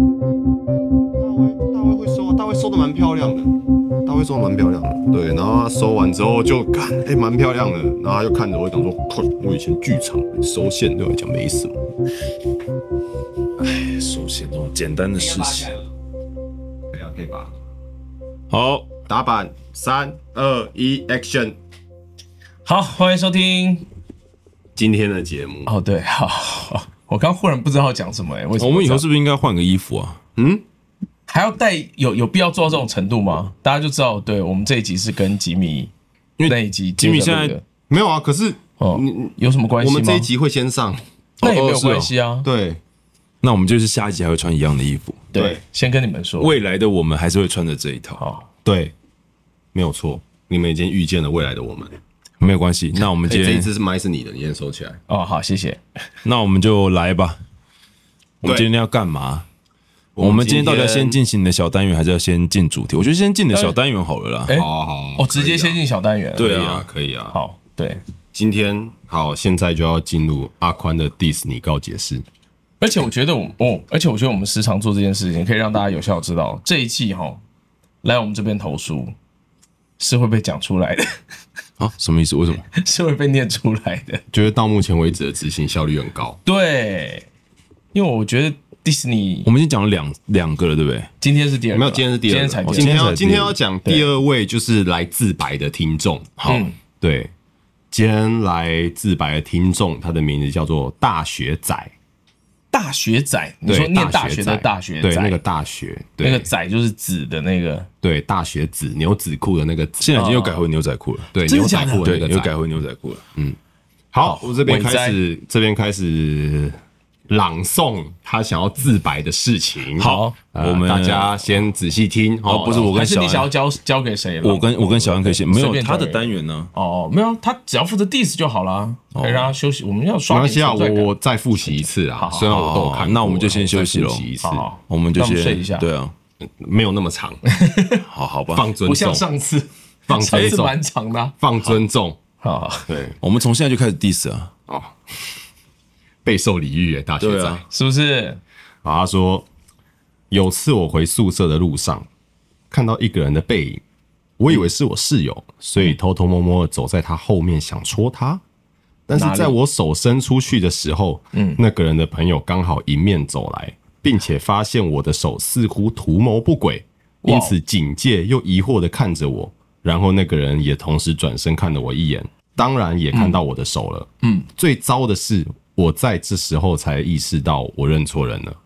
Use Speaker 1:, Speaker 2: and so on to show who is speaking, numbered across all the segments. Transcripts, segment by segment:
Speaker 1: 大卫大卫会收，大卫收的蛮漂亮的，大卫收的蛮漂亮的。对，然后他收完之后就看，哎、蛮漂亮的。然后他就看着我，讲说，靠我以前剧场收线对我来讲没什么。哎
Speaker 2: 首先这种简单的事情，
Speaker 1: 可以啊，可以吧？
Speaker 2: 好
Speaker 1: 打板，三二一，Action！
Speaker 3: 好，欢迎收听。
Speaker 1: 今天的节目，
Speaker 3: 哦，对，好，好我刚忽然不知道讲什么哎、为什么？
Speaker 2: 我们以后是不是应该换个衣服啊？
Speaker 3: 还要带有有必要做到这种程度吗？大家就知道，对我们这一集是跟吉米
Speaker 2: 因
Speaker 3: 那
Speaker 2: 为
Speaker 3: 一集
Speaker 2: 吉米现在
Speaker 3: 接着录的
Speaker 1: 没有啊，可是
Speaker 3: 哦
Speaker 1: 你
Speaker 3: 有什么关系
Speaker 1: 我
Speaker 3: 吗？
Speaker 1: 们这一集会先上，
Speaker 3: 那也没
Speaker 2: 哦
Speaker 3: 有
Speaker 2: 是哦
Speaker 3: 关系啊。
Speaker 1: 对，
Speaker 2: 那我们就是下一集还会穿一样的衣服，
Speaker 1: 对
Speaker 3: 先跟你们说。
Speaker 2: 未来的我们还是会穿着这一套，
Speaker 3: 好，
Speaker 1: 对，没有错，你们已经遇见了未来的我们。
Speaker 2: 没有关系。那我们
Speaker 1: 哎
Speaker 2: 今
Speaker 1: 这一
Speaker 2: 天，
Speaker 1: 次是麦是你的，你先收起来。
Speaker 3: 哦，好，谢谢。
Speaker 2: 那我们就来吧。我们
Speaker 1: 对
Speaker 2: 今天要干嘛？我们今天到底要先进行你的小单元，还是要先进主题？我觉得先进你的小单元好了啦。
Speaker 3: 哎
Speaker 1: 好啊好啊，
Speaker 3: 哦，直接
Speaker 1: 可以啊
Speaker 3: 先进小单元。
Speaker 1: 对
Speaker 2: 对
Speaker 1: 啊
Speaker 2: 啊，
Speaker 1: 可以啊。
Speaker 3: 好，对。
Speaker 1: 今天好，现在就要进入阿宽的 diss 你告解释。
Speaker 3: 而且我觉得我们哦，而且我觉得我们时常做这件事情，可以让大家有效知道这一季哈、来我们这边投诉是会被讲出来的，
Speaker 2: 啊，什么意思？为什么？
Speaker 3: 是会被念出来的。
Speaker 1: 觉得到目前为止的执行效率很高，
Speaker 3: 对，因为我觉得迪士尼
Speaker 2: 我们已经讲了两两个了，对不对？
Speaker 3: 今天是第二个，
Speaker 1: 没有今天是第二
Speaker 3: 今天
Speaker 1: 个，
Speaker 3: 才
Speaker 1: 哦
Speaker 3: 第
Speaker 1: 今
Speaker 3: 二
Speaker 1: 天
Speaker 3: 个
Speaker 1: 要
Speaker 2: 今天才第二个
Speaker 1: 今天要讲第二位就是来自白的听众。好，
Speaker 3: 嗯
Speaker 1: 对，今天来自白的听众，他的名字叫做大学仔，
Speaker 3: 大学仔，你
Speaker 1: 对，
Speaker 3: 说念大
Speaker 1: 学
Speaker 3: 学
Speaker 1: 仔
Speaker 3: 的大学
Speaker 1: 对那个
Speaker 3: 仔，
Speaker 1: 大学，
Speaker 3: 那
Speaker 1: 对
Speaker 3: 个仔就是子的那个，
Speaker 1: 对大学子牛仔裤的那个子
Speaker 2: 现，在已经又改回牛仔裤了，
Speaker 1: 对
Speaker 3: 真的
Speaker 1: 牛仔
Speaker 3: 假的
Speaker 1: 裤的
Speaker 2: 对
Speaker 1: 那，个
Speaker 2: 又
Speaker 1: 仔
Speaker 2: 改。回牛仔裤了。
Speaker 1: 好，我这边
Speaker 3: 文
Speaker 1: 开始，这边开始朗诵他想要自白的事情。
Speaker 3: 好
Speaker 1: 呃
Speaker 2: 我们
Speaker 1: 大家先仔细听。哦，不是我
Speaker 3: 还
Speaker 1: 跟
Speaker 3: 是
Speaker 1: 小
Speaker 3: 你想要
Speaker 1: 安，
Speaker 3: 交交给谁了？
Speaker 2: 我跟我跟小安可以先没
Speaker 3: 随
Speaker 2: 有
Speaker 3: 便
Speaker 2: 他
Speaker 3: 找
Speaker 2: 的
Speaker 3: 一个
Speaker 2: 单元呢，
Speaker 3: 哦哦，没有，他只要负责 diss 就好啦，可以让他休息。我们要
Speaker 1: 哦没
Speaker 3: 刷
Speaker 1: 关
Speaker 3: 点
Speaker 1: 系啊，
Speaker 3: 存在
Speaker 1: 我
Speaker 3: 感。
Speaker 1: 我再复习一次啊。虽然我都有看过
Speaker 2: 好
Speaker 1: 了，
Speaker 2: 那我们就先休息
Speaker 1: 我
Speaker 2: 咯
Speaker 1: 再复习一次
Speaker 3: 好，好，
Speaker 2: 我们就
Speaker 3: 那我
Speaker 2: 先
Speaker 3: 们睡一下
Speaker 2: 对啊，
Speaker 1: 没有那么长，
Speaker 2: 好好吧，
Speaker 1: 放 尊
Speaker 3: 不像
Speaker 1: 重，
Speaker 3: 上次，
Speaker 1: 放
Speaker 3: 上
Speaker 1: 尊
Speaker 3: 次蛮
Speaker 1: 重，
Speaker 3: 长的啊。
Speaker 1: 放尊重。
Speaker 3: 好，
Speaker 1: 对，
Speaker 2: 我们从现在就开始 diss 啊，
Speaker 1: 哦，备受礼遇耶，大学
Speaker 2: 对
Speaker 1: 仔。
Speaker 2: 啊，
Speaker 3: 是不是？
Speaker 1: 然后他说，有次我回宿舍的路上，看到一个人的背影，我以为是我室友，所
Speaker 3: 嗯
Speaker 1: 以偷偷摸摸的走在他后面想戳他。但是
Speaker 3: 哪里
Speaker 1: 在我手伸出去的时候，嗯，那个人的朋友刚好迎面走来，并且发现我的手似乎图谋不轨，
Speaker 3: 哇
Speaker 1: 因此警戒又疑惑的看着我。然后那个人也同时转身看了我一眼，当然也看到我的手了。嗯，最糟的是，我在这时候才意识到我认错人了。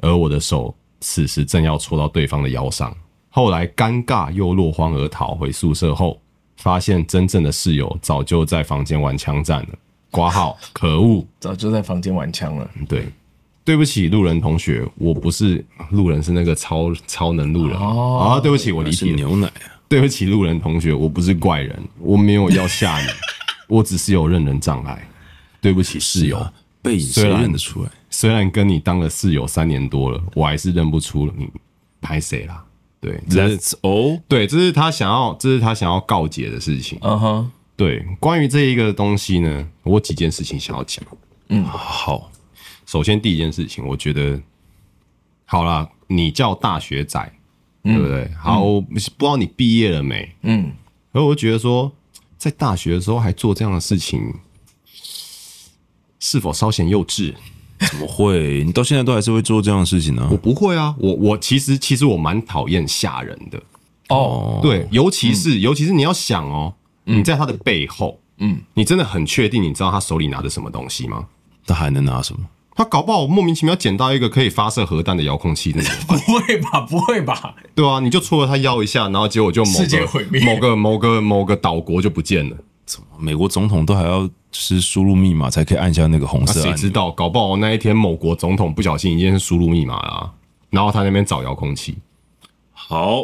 Speaker 1: 而我的手此时正要戳到对方的腰上。后来尴尬又落荒而逃，回宿舍后发现真正的室友早就在房间玩枪战了。挂号，可恶！
Speaker 3: 早就在房间玩枪了。
Speaker 1: 对，对不起，路人同学，我不是路人，是那个超超能路人
Speaker 3: 哦
Speaker 1: 啊！对不起，我
Speaker 2: 那
Speaker 1: 离
Speaker 2: 是
Speaker 1: 题了。
Speaker 2: 牛奶啊，
Speaker 1: 对不起，路人同学，我不是怪人，我没有要吓你，我只是有认人障碍。对不起，室
Speaker 2: 啊
Speaker 1: 友，
Speaker 2: 背影谁
Speaker 1: 虽然
Speaker 2: 认得出来？
Speaker 1: 虽然跟你当了室友三年多了，我还是认不出你拍谁啦。对，这是
Speaker 2: That's all。
Speaker 1: 对，这是他想要，这是他想要告解的事情。
Speaker 3: 嗯哼，
Speaker 1: 对，关于这一个东西呢，我有几件事情想要讲。
Speaker 2: 好，
Speaker 1: 首先第一件事情，我觉得，好啦，你叫大学仔，对不对？好，我不知道你毕业了没？
Speaker 3: 嗯，
Speaker 1: 而我就觉得说，在大学的时候还做这样的事情，是否稍显幼稚？
Speaker 2: 怎么会？你到现在都还是会做这样的事情呢
Speaker 1: 我？不会啊，我我其实其实我蛮讨厌吓人的。
Speaker 3: 哦，
Speaker 1: 对，尤其是、尤其是你要想哦，
Speaker 3: 嗯
Speaker 1: 你在他的背后，嗯，你真的很确定你知道他手里拿着什么东西吗？
Speaker 2: 他还能拿什么？
Speaker 1: 他搞不好莫名其妙捡到一个可以发射核弹的遥控器，那 种
Speaker 3: 不会吧？不会吧？
Speaker 1: 对啊，你就戳了他腰一下，然后结果就某
Speaker 3: 世界
Speaker 1: 个
Speaker 3: 毁灭
Speaker 1: 某个某个某个岛国就不见了，
Speaker 2: 怎么美国总统都还要是输入密码才可以按下那个红
Speaker 3: 啊
Speaker 1: 那
Speaker 2: 色
Speaker 1: 谁
Speaker 2: 按
Speaker 1: 知
Speaker 2: 钮？
Speaker 1: 道？搞不好那一天某国总统不小心已经是输入密码啦、然后他那边找遥控器，
Speaker 2: 好，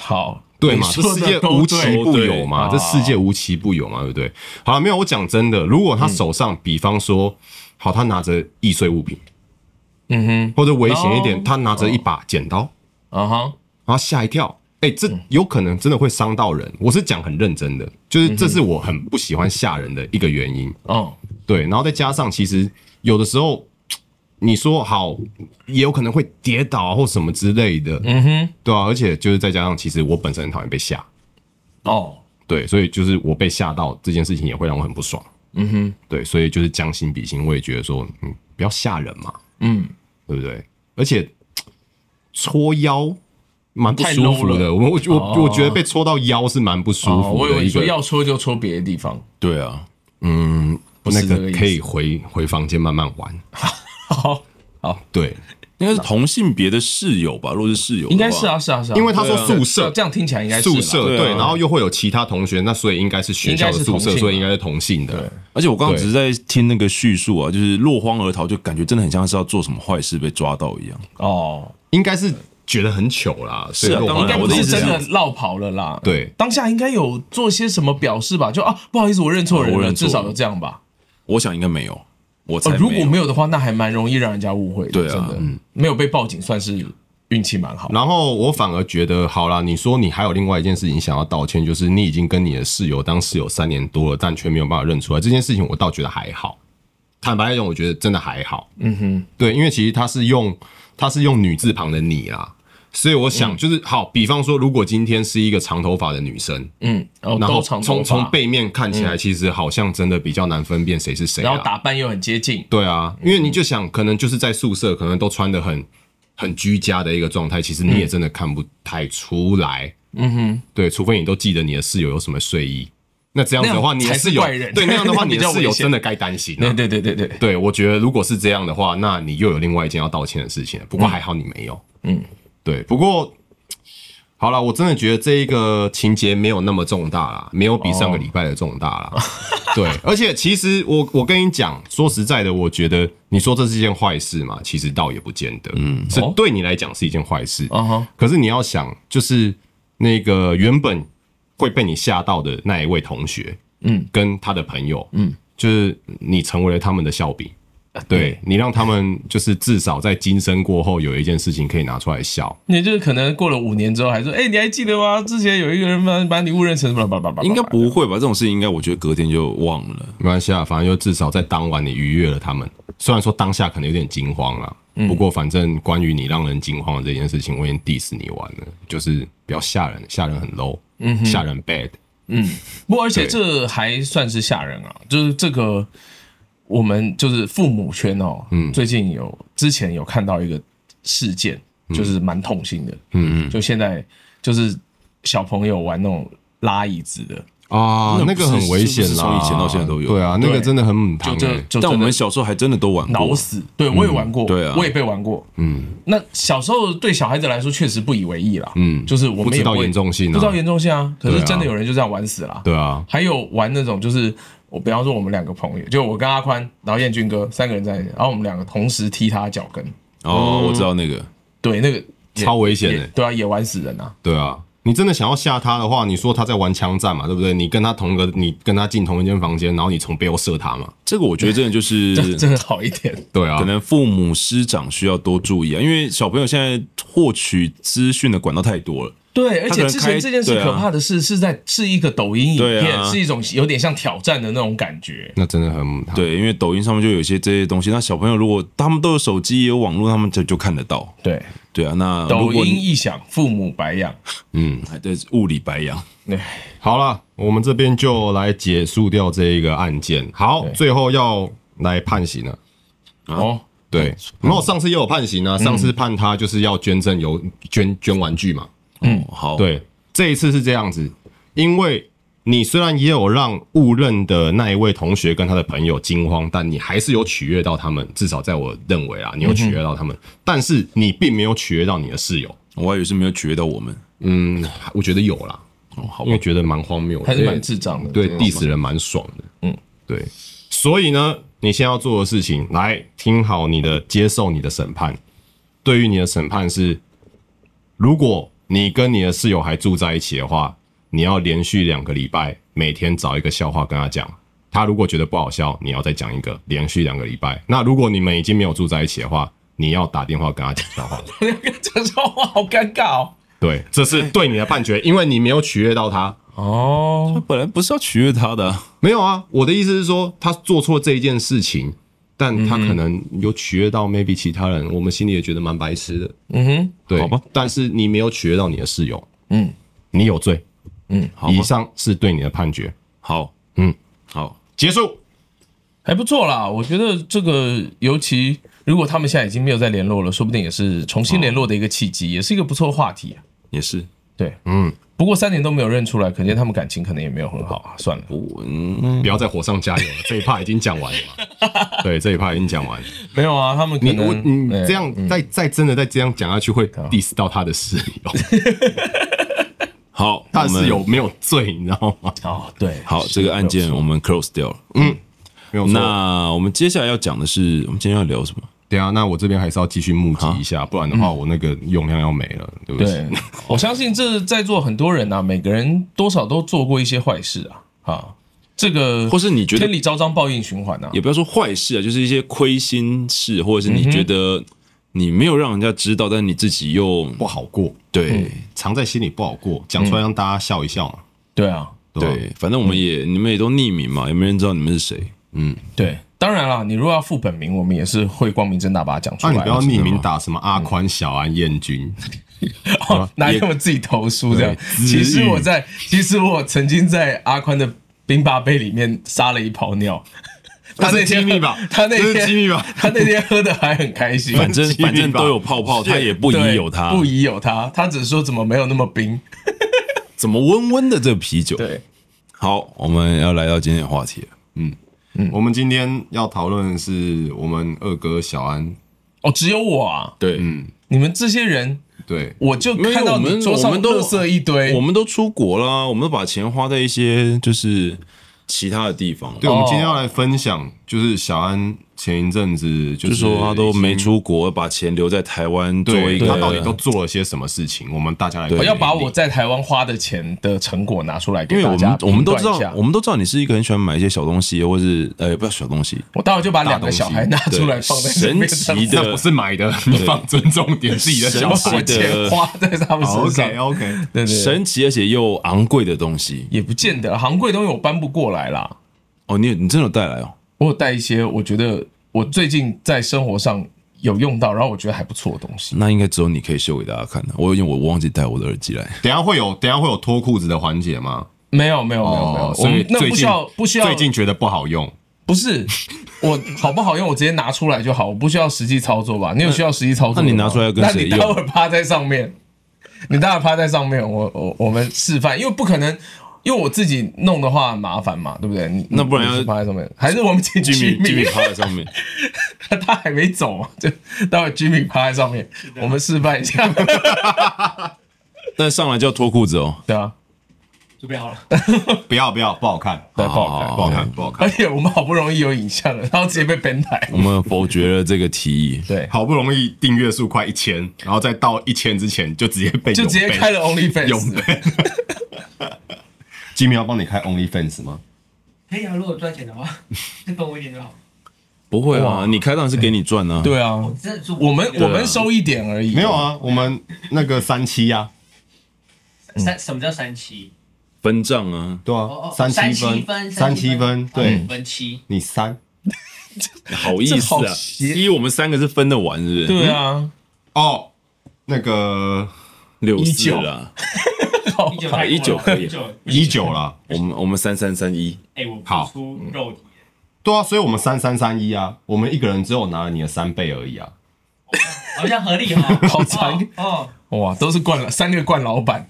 Speaker 3: 好，
Speaker 1: 对嘛？
Speaker 3: 你
Speaker 1: 这
Speaker 3: 说
Speaker 1: 世
Speaker 3: 的
Speaker 1: 界
Speaker 3: 都
Speaker 1: 无
Speaker 3: 对
Speaker 1: 奇不有嘛，
Speaker 3: 对啊
Speaker 1: 这世界无奇不有嘛，对不对？好了，没有，我讲真的，如果他手上，比方说，好，他拿着易碎物品，
Speaker 3: 嗯哼，
Speaker 1: 或者危险一
Speaker 3: 哦
Speaker 1: 点，他拿着一把剪刀，
Speaker 3: 啊哈，
Speaker 1: 然后吓一跳。哎、这
Speaker 3: 嗯
Speaker 1: 有可能真的会伤到人。我是讲很认真的，就是这是我很不喜欢吓人的一个原因。
Speaker 3: 嗯，
Speaker 1: 对，然后再加上其实有的时候你说好，也有可能会跌倒啊或什么之类的，
Speaker 3: 嗯哼，
Speaker 1: 对啊，而且就是再加上其实我本身很讨厌被吓，
Speaker 3: 哦，
Speaker 1: 对，所以就是我被吓到这件事情也会让我很不爽，
Speaker 3: 嗯哼，
Speaker 1: 对，所以就是将心比心，我也觉得说，嗯，不要吓人嘛，
Speaker 3: 嗯，
Speaker 1: 对不对？而且搓腰。蛮不
Speaker 3: 太
Speaker 1: 舒服
Speaker 3: low 了
Speaker 1: 的，我我我我觉得
Speaker 3: 哦
Speaker 1: 被戳到腰是蛮不舒
Speaker 3: 哦，
Speaker 1: 服
Speaker 3: 我以为
Speaker 1: 的
Speaker 3: 你
Speaker 1: 一
Speaker 3: 说
Speaker 1: 个。
Speaker 3: 要戳就戳别的地方，
Speaker 2: 对啊，
Speaker 1: 嗯，
Speaker 3: 不是
Speaker 1: 那
Speaker 3: 这个
Speaker 1: 个
Speaker 3: 意思
Speaker 1: 可以回回房间慢慢玩。
Speaker 3: 好，
Speaker 1: 对，
Speaker 2: 应该是同性别的室友吧？若是室友的话，
Speaker 3: 应该是啊，是啊，是啊，
Speaker 1: 因为他说
Speaker 2: 对啊
Speaker 1: 宿舍
Speaker 3: 这样听起来应该是啦
Speaker 1: 宿舍
Speaker 2: 对啊
Speaker 1: 对，然后又会有其他同学，那所以应该是学校的宿
Speaker 3: 应该是同
Speaker 1: 舍，
Speaker 3: 性
Speaker 1: 所以应该是同性的。
Speaker 2: 而且我刚刚只是在听那个叙述啊，就是落荒而逃，就感觉真的很像是要做什么坏事被抓到一样。
Speaker 3: 哦，
Speaker 1: 应该是觉得很糗啦，所以
Speaker 2: 是啊
Speaker 1: 落荒而逃
Speaker 2: 当然
Speaker 3: 应该不
Speaker 2: 我的意
Speaker 3: 是
Speaker 2: 思是
Speaker 3: 真
Speaker 2: 这
Speaker 3: 的
Speaker 2: 样
Speaker 3: 落跑了啦，
Speaker 1: 对
Speaker 3: 当下应该有做些什么表示吧？就啊，不好意思，我认错人
Speaker 2: 我
Speaker 3: 了，
Speaker 2: 认错
Speaker 3: 至少有这样吧。
Speaker 2: 我想应该没有，我才
Speaker 3: 哦，
Speaker 2: 没有、
Speaker 3: 如果没有的话，那还蛮容易让人家误会的。
Speaker 2: 对啊
Speaker 3: 真的，
Speaker 1: 嗯
Speaker 3: 没有被报警算是运气蛮好。
Speaker 1: 然后我反而觉得，好啦，你说你还有另外一件事情想要道歉，就是你已经跟你的室友当室友三年多了，但却没有办法认出来这件事情，我倒觉得还好。坦白来讲，我觉得真的还好。嗯哼，对，因为其实他是用他是用女字旁的你啦，所以我想就是、好，比方说，如果今天是一个长头发的女生，
Speaker 3: 嗯，然后
Speaker 1: 然
Speaker 3: 都
Speaker 1: 后
Speaker 3: 长
Speaker 1: 从
Speaker 3: 头发
Speaker 1: 从，背面看起来，其实好像真的比较难分辨谁是谁、啊。
Speaker 3: 然后打扮又很接近。
Speaker 1: 对啊，因为你就想，可能就是在宿舍，可能都穿的很很居家的一个状态，其实你也真的看不太出来。
Speaker 3: 嗯哼，
Speaker 1: 对，除非你都记得你的室友有什么睡衣，那这样子的话，
Speaker 3: 那样
Speaker 1: 你的
Speaker 3: 才是
Speaker 1: 室友
Speaker 3: 怪人
Speaker 1: 对那样的话，
Speaker 3: 那
Speaker 1: 你
Speaker 3: 比
Speaker 1: 的
Speaker 3: 较
Speaker 1: 室友
Speaker 3: 危险
Speaker 1: 真的该担心、
Speaker 3: 对
Speaker 1: 啊。
Speaker 3: 对对对对，
Speaker 1: 对，我觉得如果是这样的话，那你又有另外一件要道歉的事情了。不过还好你没有。
Speaker 3: 嗯，
Speaker 1: 对。不过好了，我真的觉得这一个情节没有那么重大啦，没有比上
Speaker 3: 哦
Speaker 1: 个礼拜的重大 啦。对，而且其实我我跟你讲，说实在的，我觉得你说这是一件坏事嘛，其实倒也不见得。嗯，是
Speaker 3: 哦
Speaker 1: 对你来讲是一件坏事。
Speaker 3: 啊哈，
Speaker 1: 可是你要想，就是那个原本会被你吓到的那一位同学，
Speaker 3: 嗯，
Speaker 1: 跟他的朋友，嗯，就是你成为了他们的笑柄，对你让他们就是至少在今生过后有一件事情可以拿出来笑，
Speaker 3: 你就是可能过了五年之后还说，哎，你还记得吗？之前有一个人把把你误认成什么吧吧吧，
Speaker 2: 应该不会吧？这种事情应该我觉得隔天就忘了。
Speaker 1: 没关系啊，反正就至少在当晚你愉悦了他们，虽然说当下可能有点惊慌啦。不过，反正关于你让人惊慌的这件事情，我已经 diss 你完了，就是不要吓人，吓人很 low，嗯，吓人 bad，
Speaker 3: 不，而且
Speaker 1: 对
Speaker 3: 这还算是吓人啊，就是这个我们就是父母圈哦，
Speaker 2: 嗯
Speaker 3: 最近有之前有看到一个事件，
Speaker 2: 嗯
Speaker 3: 就是蛮痛心的，
Speaker 1: 嗯
Speaker 3: 就现在就是小朋友玩那种拉椅子的，
Speaker 1: 啊，
Speaker 2: 那
Speaker 1: 那
Speaker 2: 不
Speaker 1: 个
Speaker 2: 是
Speaker 1: 很危险
Speaker 2: 是不是
Speaker 1: 啦，
Speaker 2: 从以前到现在都有
Speaker 1: 对啊，那个真的很母汤
Speaker 3: 就
Speaker 1: 欸
Speaker 3: 这就
Speaker 2: 但我
Speaker 3: 真的
Speaker 2: 们小时候还真的都玩过，
Speaker 3: 脑死，对我也玩过，
Speaker 2: 嗯对啊
Speaker 3: 我也被玩过，嗯，那小时候对小孩子来说确实不以为意啦，嗯，就是我们
Speaker 1: 不知
Speaker 3: 也
Speaker 1: 道
Speaker 3: 会
Speaker 1: 严重性啊
Speaker 3: 不知道严重性啊，可是
Speaker 1: 对啊
Speaker 3: 真的有人就这样玩死了啊，
Speaker 1: 对啊，
Speaker 3: 还有玩那种就是我，比方说我们两个朋友，就我跟阿宽，然后燕军哥三个人在，一起，然后我们两个同时踢他脚跟，
Speaker 2: 哦，我知道那个，
Speaker 3: 对，那个也
Speaker 1: 超危险的、
Speaker 2: 欸
Speaker 1: 欸
Speaker 3: 也对啊，也玩死人啊，
Speaker 1: 对啊，你真的想要吓他的话，你说他在玩枪战嘛，对不对？你跟他同一个，你跟他进同一间房间，然后你从背后射他嘛，
Speaker 2: 这个我觉得真的就
Speaker 3: 这
Speaker 2: 是
Speaker 3: 这个好一点，
Speaker 1: 对啊
Speaker 2: 可，能父母师长需要多注意啊，因为小朋友现在获取资讯的管道太多了。
Speaker 3: 对，而
Speaker 2: 他可
Speaker 3: 且
Speaker 2: 能
Speaker 3: 之前
Speaker 2: 开
Speaker 3: 这件事
Speaker 2: 对啊
Speaker 3: 可怕的是是在是一个抖音影
Speaker 2: 对
Speaker 3: 片，
Speaker 2: 啊
Speaker 3: 是一种有点像挑战的那种感觉，
Speaker 1: 那真的很母汤。
Speaker 2: 对，因为抖音上面就有一些这些东西，那小朋友如果他们都有手机也有网络，他们就就看得到。
Speaker 3: 对，
Speaker 2: 对啊，那如
Speaker 3: 抖
Speaker 2: 果
Speaker 3: 音
Speaker 2: 你
Speaker 3: 一响，父母白养，
Speaker 2: 还对物理白羊，
Speaker 3: 对，
Speaker 1: 好了，我们这边就来结束掉这一个案件。好，最后要来判刑了。
Speaker 3: 哦，
Speaker 1: 对，然后上次也有判刑啊，上次判他就是要捐赠邮捐捐玩具嘛，
Speaker 2: 嗯，
Speaker 3: 哦
Speaker 2: 好，，
Speaker 1: 对，这一次是这样子，因为你虽然也有让误认的那一位同学跟他的朋友惊慌，但你还是有取悦到他们，至少在我认为
Speaker 3: 嗯
Speaker 1: 啦，你有取悦到他们，但是你并没有取悦到你的室友。
Speaker 2: 我还以为是没有取悦到我们。
Speaker 1: 嗯，我觉得有啦，
Speaker 2: 哦，好
Speaker 1: 因为觉得蛮荒谬的，
Speaker 3: 还是蛮智障的。
Speaker 1: 对
Speaker 3: 这种
Speaker 1: diss 人蛮爽的，
Speaker 3: 嗯
Speaker 1: 嗯，对。所以呢，你现在要做的事情，来听好你的，接受你的审判。对于你的审判是，如果你跟你的室友还住在一起的话，你要连续两个礼拜每天找一个笑话跟他讲。他如果觉得不好笑，你要再讲一个，连续两个礼拜。那如果你们已经没有住在一起的话，你要打电话跟他讲笑话。
Speaker 3: 讲 这种话好尴尬哦。
Speaker 1: 对，这是对你的判决，因为你没有取悦到他。
Speaker 3: 哦，
Speaker 2: 本来不是要取悦他的啊、
Speaker 1: 没有啊，我的意思是说，他做错这一件事情，但他可能有取悦到 maybe 其他人，我们心里也觉得蛮白痴的，
Speaker 3: 嗯哼，
Speaker 1: 对，
Speaker 2: 好吧？
Speaker 1: 但是你没有取悦到你的室友，
Speaker 3: 嗯，
Speaker 1: 你有罪。
Speaker 2: 好吧
Speaker 1: 以上是对你的判决，
Speaker 2: 好，
Speaker 1: 嗯，
Speaker 2: 好，
Speaker 1: 结束。
Speaker 3: 还不错啦。我觉得这个，尤其如果他们现在已经没有再联络了，说不定也是重新联络的一个契机，也是一个不错的话题啊。
Speaker 2: 也是，
Speaker 3: 对，
Speaker 1: 嗯，
Speaker 3: 不过三年都没有认出来，可见他们感情可能也没有很好啊。算了，
Speaker 2: 我嗯，
Speaker 1: 不要再火上加油了，这一趴已经讲完了嘛。对，这一趴已经讲完了。
Speaker 3: 没有啊，他们可
Speaker 1: 你
Speaker 3: 能
Speaker 1: 我你
Speaker 3: 哎
Speaker 1: 这样再再真的再这样讲下去，会 diss 到他的室友，
Speaker 2: 好，
Speaker 1: 他
Speaker 2: 我
Speaker 1: 的
Speaker 2: 们
Speaker 1: 室友没有罪，你知道吗？
Speaker 3: 哦，对，
Speaker 2: 好，这个案件我们 close 掉了。
Speaker 1: 没有错。
Speaker 2: 那我们接下来要讲的是，我们今天要聊什么？
Speaker 1: 对啊，那我这边还是要继续募集一下，不然的话我那个用量要没了，对不
Speaker 3: 对，我相信这在座很多人啊，每个人多少都做过一些坏事啊啊，这个
Speaker 2: 或是你觉得
Speaker 3: 天理昭彰，报应循环啊，
Speaker 2: 也不要说坏事啊，就是一些亏心事，或
Speaker 3: 嗯
Speaker 2: 者是你觉得你没有让人家知道，但你自己又嗯
Speaker 1: 不好过。
Speaker 2: 对
Speaker 1: 藏在心里不好过，讲出来让大家笑一笑嘛。
Speaker 3: 对嗯啊，
Speaker 1: 吧，
Speaker 2: 对，反正我们也你们也都匿名嘛，也没人知道你们是 谁。
Speaker 3: 对，当然啦，你如果要付本名，我们也是会光明正大把它讲出
Speaker 1: 那
Speaker 3: 来
Speaker 1: 你
Speaker 3: 啊。
Speaker 1: 不要匿名打什么阿宽、小安、燕君，
Speaker 2: 嗯
Speaker 3: 哦 拿他们自己投诉这样。其实我在，其实我曾经在阿宽的冰霸杯里面撒了一泡尿。他那
Speaker 1: 这是
Speaker 3: 天
Speaker 1: 机 密吧
Speaker 3: 他那
Speaker 1: 这是
Speaker 3: 天
Speaker 1: 机密吧
Speaker 3: 他那天喝的还很开心，
Speaker 2: 反正
Speaker 1: 基民吧
Speaker 2: 反正都有泡泡，他也不疑有他，
Speaker 3: 对不疑有他，他只是说怎么没有那么冰。
Speaker 2: 怎么温温的这啤酒？
Speaker 3: 对，
Speaker 2: 好，我们要来到今天的话题了。嗯
Speaker 1: 我们今天要讨论的是我们二哥小安，
Speaker 3: 哦，只有我啊，
Speaker 2: 对，
Speaker 3: 你们这些人，
Speaker 1: 对，
Speaker 2: 哦
Speaker 3: 我就
Speaker 2: 嗯没有
Speaker 3: 嗯看到
Speaker 2: 我
Speaker 3: 你
Speaker 2: 们
Speaker 3: 桌
Speaker 2: 我
Speaker 3: 上
Speaker 2: 们都
Speaker 3: 垃圾一堆，
Speaker 2: 我们都出国啦，我们都把钱花在一些就是其他的地方了。
Speaker 1: 对，我们今天要来分享，就是小安前一阵子就
Speaker 2: 就是说他都没
Speaker 1: 已经，
Speaker 2: 出国，把钱留在台湾做一
Speaker 1: 对
Speaker 2: 个，
Speaker 1: 他到底都做了些什么事情？我们大家来
Speaker 2: 对
Speaker 3: 我
Speaker 1: 看
Speaker 3: 要把我在台湾花的钱的成果拿出来
Speaker 2: 因
Speaker 3: 给
Speaker 2: 为
Speaker 3: 大
Speaker 2: 我
Speaker 3: 家
Speaker 2: 们我们都
Speaker 3: 评
Speaker 2: 知
Speaker 3: 断一
Speaker 2: 道
Speaker 3: 下，
Speaker 2: 我们都知道你是一个很喜欢买一些小东西，或是呃，不要小东西，
Speaker 3: 我待会就把两个小孩拿
Speaker 2: 对
Speaker 3: 出来放在这边
Speaker 2: 神奇
Speaker 1: 那不是买的，你放尊重点自己的哦
Speaker 3: 然
Speaker 1: 想
Speaker 3: 后
Speaker 1: 法。
Speaker 3: 我钱花在他们身上
Speaker 1: OK，OK，
Speaker 3: 对对对，
Speaker 2: 神奇而且又昂贵的东西。
Speaker 3: 也不见得，行贵东西我搬不过来啦。
Speaker 2: 哦，你有你真的有带来哦？
Speaker 3: 我有带一些我觉得我最近在生活上有用到，然后我觉得还不错的东西。
Speaker 2: 那应该只有你可以秀给大家看的。我因为我忘记带我的耳机来，
Speaker 1: 等一下会有，等一下会有脱裤子的环节吗？
Speaker 3: 没有没有没有没有，我
Speaker 1: 哦所以
Speaker 3: 们那
Speaker 1: 最
Speaker 3: 不
Speaker 1: 近
Speaker 3: 需要不需要
Speaker 1: 最近觉得不好用，
Speaker 3: 不是我好不好用，我直接拿出来就好，我不需要实际操作吧？你有需要实际操作的吗？
Speaker 2: 那你拿出来要跟谁
Speaker 3: 那
Speaker 2: 用
Speaker 3: 你待会儿趴在上面，你待会儿趴在上面，我我我们示范，因为不可能。因为我自己弄的话很麻烦嘛，对不对？你
Speaker 2: 那不然要
Speaker 3: 你是趴在上面，还是我们 请
Speaker 2: 居
Speaker 3: Jimmy？
Speaker 2: 居 民趴在上面，
Speaker 3: 他还没走嘛，就待会 Jimmy 趴在上面，我们示范 一下。
Speaker 2: 但上来就要脱裤子哦。
Speaker 3: 对啊，
Speaker 4: 准备好了，
Speaker 1: 不要不要，不好看，哦
Speaker 3: 对，不好看。
Speaker 1: 不好看，不好看。
Speaker 3: 而且我们好不容易有影像了，然后直接被编台
Speaker 2: 我。们否决了这个提议。
Speaker 3: 对，啊
Speaker 1: 好不容易订阅数快一千，然后再到一千之前就直接被
Speaker 3: 就直接
Speaker 1: 永 ban
Speaker 3: 开了 OnlyFans
Speaker 1: 永 ban。Jimmy 要帮你开 OnlyFans 吗？
Speaker 4: 可以啊，如果赚钱的话，就分我一点就好。
Speaker 2: 不会
Speaker 3: 哇
Speaker 2: 啊，你开当然是给你赚啊。，
Speaker 3: 对啊，
Speaker 4: 这是
Speaker 3: 我们我们收一点而已。
Speaker 1: 没有啊，我们那个三七啊呀，
Speaker 4: 三什么叫三七？
Speaker 2: 分账啊，
Speaker 1: 对
Speaker 4: 哦
Speaker 1: 啊
Speaker 4: 哦，，
Speaker 1: 七
Speaker 4: 七
Speaker 1: 分，
Speaker 4: 分，哦
Speaker 1: 三七分，对
Speaker 4: 分嗯七。
Speaker 1: 你三
Speaker 2: 好意
Speaker 3: 这
Speaker 2: 思
Speaker 3: 好
Speaker 2: 啊？
Speaker 3: 邪
Speaker 2: 一我们三个是分得完，是不是？
Speaker 3: 对，啊，
Speaker 1: 哦，那个
Speaker 2: 六四
Speaker 3: 19
Speaker 2: 啊，
Speaker 4: 一九
Speaker 2: 好一九可以
Speaker 4: 一九
Speaker 1: 一九啦，
Speaker 2: 我们我们三三三一，
Speaker 4: 哎，我
Speaker 1: 好
Speaker 4: 不出肉体，
Speaker 1: 对啊，所以我们三三三一啊，我们一个人只有拿了你的三倍而已啊。
Speaker 4: 好像合理哦。
Speaker 3: 好残
Speaker 4: 哦哦，
Speaker 3: 哇，都是惯老三个惯老板。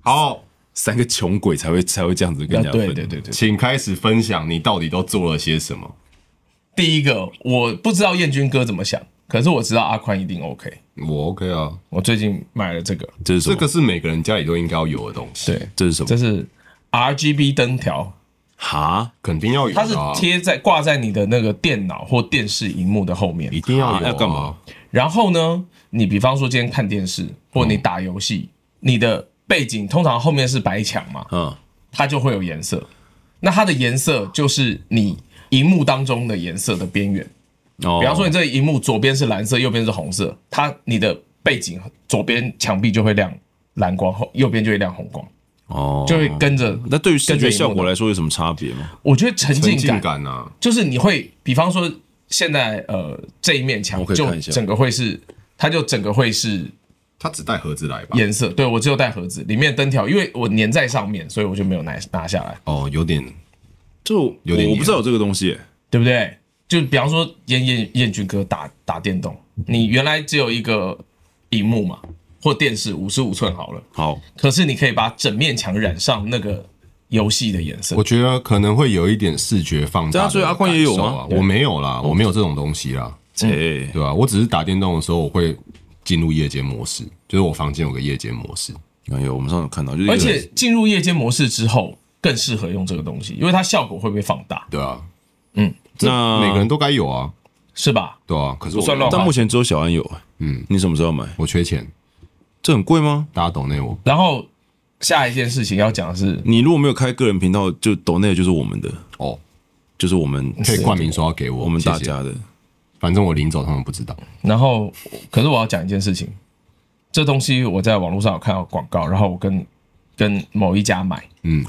Speaker 1: 好，
Speaker 2: 三个穷鬼才会才会这样子跟人家分。
Speaker 3: 啊对对对对，
Speaker 1: 请开始分享你到底都做了些什么。
Speaker 3: 第一个我不知道燕军哥怎么想，可是我知道阿宽一定 OK。
Speaker 1: 我 OK 啊，
Speaker 3: 我最近买了这个，
Speaker 2: 这是什
Speaker 1: 这
Speaker 2: 么？
Speaker 1: 个是每个人家里都应该要有的东西，
Speaker 3: 对，
Speaker 2: 这是什么？
Speaker 3: 这是 RGB 灯条，
Speaker 2: 哈，
Speaker 1: 肯定要有、
Speaker 3: 它
Speaker 1: 啊。
Speaker 3: 是贴在挂在你的那个电脑或电视荧幕的后面
Speaker 1: 一。定要有、
Speaker 2: 啊要干嘛？
Speaker 3: 然后呢，你比方说今天看电视或你打游戏，你的背景通常后面是白墙嘛，
Speaker 2: 嗯，
Speaker 3: 它就会有颜色。那它的颜色就是你荧幕当中的颜色的边缘。
Speaker 2: 哦，
Speaker 3: 比方说，你这荧幕左边是蓝色，右边是红色，它你的背景左边墙壁就会亮蓝光，后右边就会亮红光，
Speaker 2: 哦，
Speaker 3: 就会跟着。
Speaker 2: 那对于视
Speaker 3: 跟着
Speaker 2: 觉
Speaker 3: 荧幕
Speaker 2: 效果
Speaker 3: 的
Speaker 2: 来说有什么差别吗？
Speaker 3: 我觉得沉
Speaker 1: 沉
Speaker 3: 浸
Speaker 1: 浸
Speaker 3: 感
Speaker 1: 感啊，
Speaker 3: 就是你会，比方说现在呃这一面墙
Speaker 2: 我可以
Speaker 3: 就
Speaker 2: 看一下
Speaker 3: 整个会是，它就整个会是
Speaker 1: 它只带盒子来吧？
Speaker 3: 颜色。对我只有带盒子，里面灯条，因为我粘在上面，所以我就没有拿拿下来，
Speaker 1: 哦，有点
Speaker 2: 就我
Speaker 1: 有点黏
Speaker 2: 我不知道有这个东西耶，
Speaker 3: 对不对？就比方说燕燕燕君哥打打电动，你原来只有一个荧幕嘛，或电视五十五寸好了。
Speaker 2: 好，
Speaker 3: 可是你可以把整面墙染上那个游戏的颜色
Speaker 1: 我。觉得可能会有一点视觉放大的
Speaker 2: 对啊哦
Speaker 1: 感受
Speaker 2: 所以
Speaker 1: 啊。
Speaker 2: 阿宽也有吗
Speaker 1: 我没有啦，我没有这种东西啦，
Speaker 2: 哎，
Speaker 1: 对吧、我只是打电动的时候，我会进入夜间模式，就是我房间有个夜间模式。
Speaker 2: 哎呦，我们上次有看到，就是
Speaker 3: 而且进入夜间模式之后，更适合用这个东西，因为它效果会被放大，
Speaker 1: 对啊，
Speaker 3: 嗯，
Speaker 1: 这
Speaker 2: 那
Speaker 1: 每个人都该有啊，
Speaker 3: 是吧？
Speaker 1: 对啊。可是我
Speaker 3: 算乱
Speaker 2: 但目前只有小安有，嗯，你什么时候要买？
Speaker 1: 我缺钱，
Speaker 2: 这很贵吗？
Speaker 1: 大家懂那我
Speaker 3: 然后下一件事情要讲的是，
Speaker 2: 你如果没有开个人频道，就抖内就是我们的，
Speaker 1: 哦，
Speaker 2: 就是我们
Speaker 1: 可以冠名说要给我，
Speaker 2: 我们
Speaker 1: 谢
Speaker 2: 大
Speaker 1: 谢。
Speaker 2: 家的。
Speaker 1: 反正我临走他们不知道，
Speaker 3: 然后可是我要讲一件事情，这东西我在网络上有看到广告，然后我跟跟某一家买，
Speaker 2: 嗯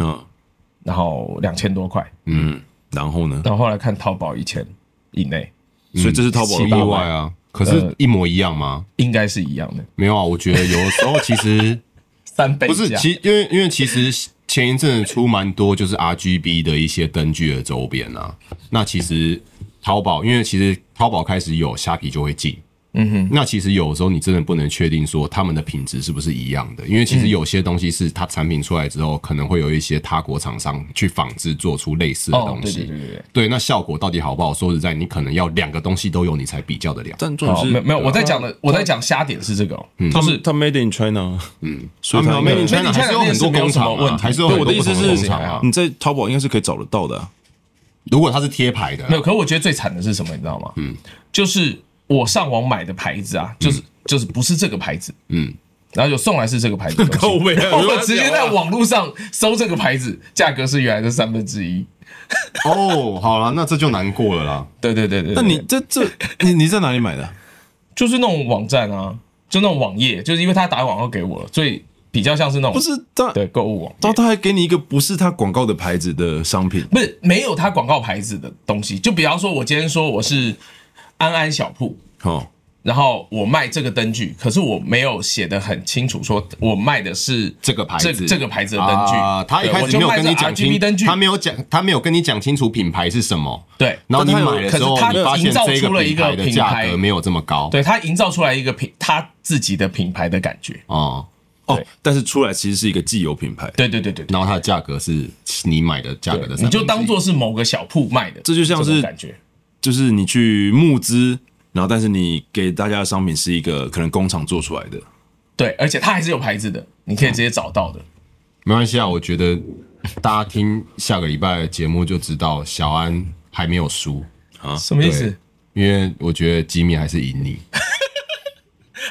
Speaker 3: 然后两千多块，
Speaker 2: 嗯，然后呢？
Speaker 3: 然后后来看淘宝一千以内，
Speaker 2: 所以这是淘宝
Speaker 1: 不
Speaker 2: 的
Speaker 1: 意
Speaker 2: 报
Speaker 1: 外啊。可
Speaker 3: 嗯
Speaker 1: 是一模一样吗？
Speaker 3: 应该是一样的，
Speaker 1: 没有啊，我觉得有的时候其 实
Speaker 3: 三倍
Speaker 1: 不是，
Speaker 3: 价
Speaker 1: 其因为因为其实前一阵子出蛮多就是 RGB 的一些灯具的周边啊。那其实淘宝，因为其实淘宝开始有虾皮就会进。嗯哼，那其实有时候你真的不能确定说他们的品质是不是一样的，因为其实有些东西是它产品出来之后，可能会有一些他国厂商去仿制做出类似的
Speaker 3: 哦
Speaker 1: 东，
Speaker 3: 对
Speaker 1: 西。
Speaker 3: 对对对对。
Speaker 1: 对，那效果到底好不好？说实在，你可能要两个东西都有，你才比较得了。
Speaker 2: 但重
Speaker 3: 好，
Speaker 2: 点
Speaker 3: 哦没有
Speaker 2: 是，
Speaker 3: 没有，我在讲的，我在讲瞎点是这个哦，
Speaker 1: 嗯
Speaker 2: 他
Speaker 3: 就是
Speaker 2: 们他 Made in China，嗯，所以他
Speaker 1: 啊
Speaker 2: 应
Speaker 1: 没
Speaker 2: 该
Speaker 1: 有 Made in China
Speaker 3: Made in China
Speaker 1: 还是有很多工厂
Speaker 3: 那个是没有什么问
Speaker 1: 啊，
Speaker 3: 题
Speaker 1: 还是有
Speaker 2: 对
Speaker 1: 很
Speaker 2: 我
Speaker 1: 多
Speaker 2: 的
Speaker 1: 不
Speaker 2: 意思
Speaker 1: 同的工
Speaker 2: 是
Speaker 1: 厂
Speaker 3: 还好
Speaker 1: 啊。，
Speaker 2: 你在淘宝应该是可以找得到 的啊。
Speaker 1: 如果它是贴牌
Speaker 3: 没
Speaker 1: 的，
Speaker 3: 有。可是我觉得最惨的是什么，你知道吗？嗯，就是我上网买的牌子啊，就是就是不是这个牌子，
Speaker 1: 嗯，
Speaker 3: 然后就送来是这个牌子的东西，
Speaker 2: 背啊
Speaker 3: 我直接在网络上搜这个牌子，价格是原来的三分之一。
Speaker 1: 哦，好了，那这就难过了啦。
Speaker 3: 对对对对，
Speaker 2: 那
Speaker 3: 对
Speaker 2: 你这这你你在哪里买的啊？
Speaker 3: 就是那种网站啊，就那种网页，就是因为他打广告给我了，所以比较像是那种
Speaker 2: 不是他，
Speaker 3: 对购物网
Speaker 2: 然后他还给你一个不是他广告的牌子的商品，
Speaker 3: 不是没有他广告牌子的东西。就比方说，我今天说我是安安小铺，
Speaker 2: 哦，
Speaker 3: 然后我卖这个灯具，可是我没有写的很清楚，说我卖的是
Speaker 1: 这个牌子，
Speaker 3: 这这个牌子的灯具
Speaker 1: 啊，他一
Speaker 3: 对
Speaker 1: 开
Speaker 3: 我
Speaker 1: 始
Speaker 3: 就
Speaker 1: 没有
Speaker 3: 卖
Speaker 1: 跟
Speaker 3: 这
Speaker 1: 你讲
Speaker 3: RGB
Speaker 1: 清
Speaker 3: 灯具
Speaker 1: 他没有讲，他没有跟你讲清楚品牌是什么。
Speaker 3: 对
Speaker 1: 然后你
Speaker 2: 但他有
Speaker 1: 买的时候，
Speaker 3: 可是他
Speaker 1: 你发现
Speaker 3: 营造
Speaker 1: 这
Speaker 3: 出了一
Speaker 1: 品
Speaker 3: 个
Speaker 1: 牌的
Speaker 3: 品
Speaker 1: 价
Speaker 3: 牌
Speaker 1: 格没有这么高。
Speaker 3: 对，他营造出来一个品他自己的品牌的感觉。
Speaker 1: 哦，
Speaker 2: 哦
Speaker 3: 对，
Speaker 2: 但是出来其实是一个既有品牌，
Speaker 3: 对对对对对。
Speaker 1: 然后它的价格是你买的价格的
Speaker 3: 对
Speaker 1: 三分之一，
Speaker 3: 你就当做是某个小铺卖的，
Speaker 2: 这就像是
Speaker 3: 种感觉。
Speaker 2: 就是你去募资，然后但是你给大家的商品是一个可能工厂做出来的，
Speaker 3: 对，而且它还是有牌子的，你
Speaker 1: 啊
Speaker 3: 可以直接找到的。
Speaker 1: 没关系啊，我觉得大家听下个礼拜的节目就知道小安还没有输，
Speaker 3: 什么意思？
Speaker 1: 因为我觉得吉米还是赢你。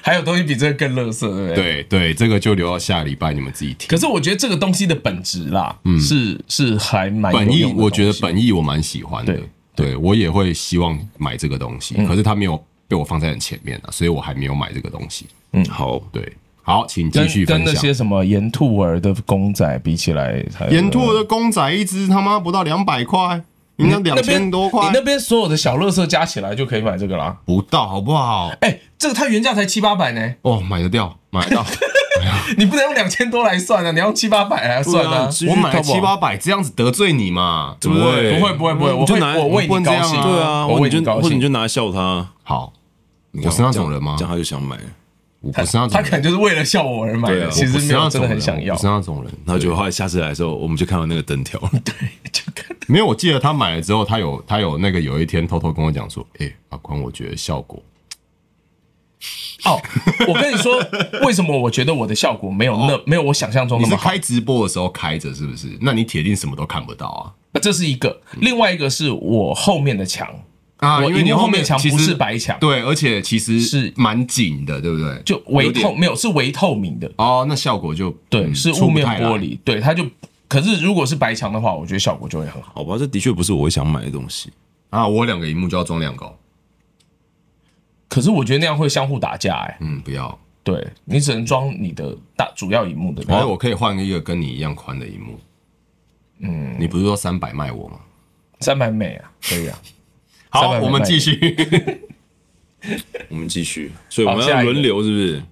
Speaker 3: 还有东西比这个更乐色，对不对？。
Speaker 1: 对对，这个就留到下礼拜你们自己听。
Speaker 3: 可是我觉得这个东西的本质啦，是是还蛮
Speaker 1: 嗯
Speaker 3: 有
Speaker 1: 本意
Speaker 3: 用的东西
Speaker 1: 我觉得本意我蛮喜欢的，
Speaker 3: 对嗯
Speaker 1: 对我也会希望买这个东西，可是它没有被我放在很前面啊，所以我还没有买这个东西。
Speaker 2: 好，
Speaker 1: 对，好，请继
Speaker 3: 跟
Speaker 1: 续
Speaker 3: 跟
Speaker 1: 分
Speaker 3: 那
Speaker 1: 享
Speaker 3: 些。呃什么岩兔儿的公仔比起来才，
Speaker 1: 岩兔的公仔一只他妈不到两百块，应该两
Speaker 3: 那边
Speaker 1: 千多块
Speaker 3: 你那边所有的小乐色加起来就可以买这个啦。
Speaker 1: 不到，好不好？
Speaker 3: 哎，这个它原价才七八百呢，
Speaker 1: 哦，买得掉，买得到。
Speaker 3: 你不能用两千多来算啊，你要用七八百来算
Speaker 2: 对啊
Speaker 3: 啊
Speaker 2: 你。直接
Speaker 1: 我
Speaker 2: 去
Speaker 1: 买
Speaker 2: 淘
Speaker 1: 了
Speaker 2: 宝
Speaker 1: 七八百，这样子得罪你嘛？
Speaker 2: 怎么
Speaker 1: 对
Speaker 2: 会
Speaker 3: 不会不会不会，我
Speaker 2: 你就
Speaker 3: 会
Speaker 2: 拿
Speaker 3: 我为
Speaker 1: 不能
Speaker 3: 你
Speaker 1: 这
Speaker 3: 高
Speaker 1: 样啊
Speaker 3: 兴，
Speaker 2: 对啊，
Speaker 3: 我
Speaker 2: 或
Speaker 3: 为
Speaker 2: 者你
Speaker 3: 你
Speaker 2: 就
Speaker 3: 高
Speaker 2: 或者你
Speaker 3: 兴
Speaker 2: 就。拿来笑他，
Speaker 1: 好，
Speaker 2: 你
Speaker 1: 我
Speaker 2: 看
Speaker 1: 是那种人吗
Speaker 2: 这样他就想买，
Speaker 1: 我不是那
Speaker 3: 他
Speaker 1: 种
Speaker 3: 可
Speaker 1: 人，
Speaker 3: 能就是为了笑我而买
Speaker 2: 对
Speaker 3: 的，
Speaker 2: 啊
Speaker 3: 其实
Speaker 1: 我不
Speaker 3: 没
Speaker 1: 是那
Speaker 3: 有
Speaker 1: 种
Speaker 3: 真的很
Speaker 1: 人，
Speaker 3: 想
Speaker 1: 我
Speaker 3: 要
Speaker 1: 不。是那种人。
Speaker 2: 然后
Speaker 1: 对
Speaker 2: 就后来下次来的时候，我们就看到那个灯条，
Speaker 3: 就看
Speaker 1: 没有，我记得他买了之后，他有他有那个有一天偷偷跟我讲说，哎、阿宽，我觉得效果
Speaker 3: 哦，我跟你说，为什么我觉得我的效果没有那、没有我想象中
Speaker 1: 哦你
Speaker 3: 那
Speaker 1: 是
Speaker 3: 么好？
Speaker 1: 开直播的时候开着是不是？那你铁定什么都看不到啊
Speaker 3: 呃这是一个，另外一个是我后面的墙，
Speaker 1: 啊！
Speaker 3: 我
Speaker 1: 因为你
Speaker 3: 荧幕后
Speaker 1: 面
Speaker 3: 面墙
Speaker 1: 其
Speaker 3: 不
Speaker 1: 实
Speaker 3: 是白墙
Speaker 1: 对，而且其实
Speaker 3: 是
Speaker 1: 蛮紧的，对不对？
Speaker 3: 就微
Speaker 2: 有
Speaker 3: 透
Speaker 2: 点
Speaker 3: 没有是微透明的，
Speaker 1: 哦，那效果就
Speaker 3: 对，
Speaker 1: 嗯
Speaker 3: 是
Speaker 1: 出
Speaker 3: 雾
Speaker 1: 不
Speaker 3: 面
Speaker 1: 太来
Speaker 3: 玻璃，对，它就。可是如果是白墙的话，我觉得效果就会很好。
Speaker 2: 好吧，这的确不是我会想买的东西。
Speaker 1: 啊！我两个荧幕就要装两个哦，
Speaker 3: 可是我觉得那样会相互打架、哎，
Speaker 1: 嗯，不要。
Speaker 3: 对你只能装你的大主要荧幕的那
Speaker 1: 然
Speaker 3: 个。
Speaker 1: 后我可以换一个跟你一样宽的荧幕。嗯，你不是说三百卖我吗？
Speaker 3: 三百美啊，可以啊。
Speaker 1: 好，
Speaker 3: 300
Speaker 1: 我们
Speaker 3: 卖
Speaker 1: 继 续。
Speaker 2: 我们继续，所以我
Speaker 3: 好
Speaker 2: 们
Speaker 3: 下
Speaker 2: 要
Speaker 3: 一个
Speaker 2: 轮流，是不是？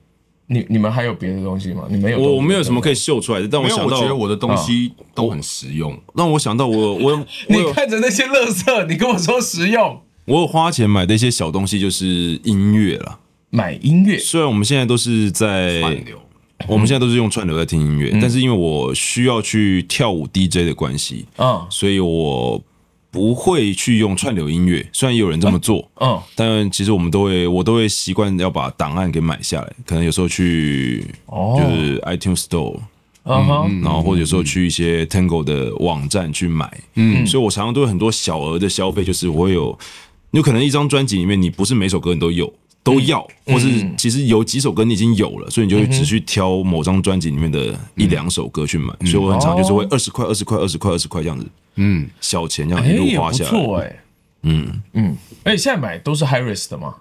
Speaker 3: 你你们还有别的东西吗？你们有东西
Speaker 2: 我我没有什么可以秀出来的，但我
Speaker 1: 没有，
Speaker 2: 想
Speaker 1: 我觉得
Speaker 2: 到，
Speaker 1: 我的东西都很实用。
Speaker 3: 哦
Speaker 2: 让我想到 我我有我
Speaker 3: 你
Speaker 2: 有
Speaker 3: 看着那些垃圾，你跟我说实用，
Speaker 2: 我有花钱买的一些小东西，就是音乐了。
Speaker 3: 买音乐
Speaker 2: 虽然我们现在都是在
Speaker 1: 慢流，嗯
Speaker 2: 我们现在都是用串流在听音乐，但是因为我需要去跳舞 DJ 的关系，
Speaker 3: 嗯
Speaker 2: 所以我不会去用串流音乐。虽然也有人这么做，
Speaker 3: 嗯，
Speaker 2: 但其实我们都会，我都会习惯要把档案给买下来。可能有时候去
Speaker 3: 哦
Speaker 2: 就是 iTunes Store，
Speaker 3: 嗯哼，
Speaker 2: 然后或者有时候去一些 Tango 的网站去买。嗯，所以我常常都有很多小额的消费，就是我会有，有可能一张专辑里面你不是每首歌你都有。都要，或是其实有几首歌你已经有了，所以你就会只去挑某张专辑里面的一两首歌去买，所以我很常就是会
Speaker 3: 哦
Speaker 2: 二十块、二十块、二十块、二十块这样子，
Speaker 1: 嗯，
Speaker 2: 小钱这样
Speaker 3: 哎，
Speaker 2: 一
Speaker 3: 也
Speaker 2: 路花
Speaker 3: 不
Speaker 2: 下来。
Speaker 3: 错哎，嗯嗯，而且现在买都是 high risk 的嘛，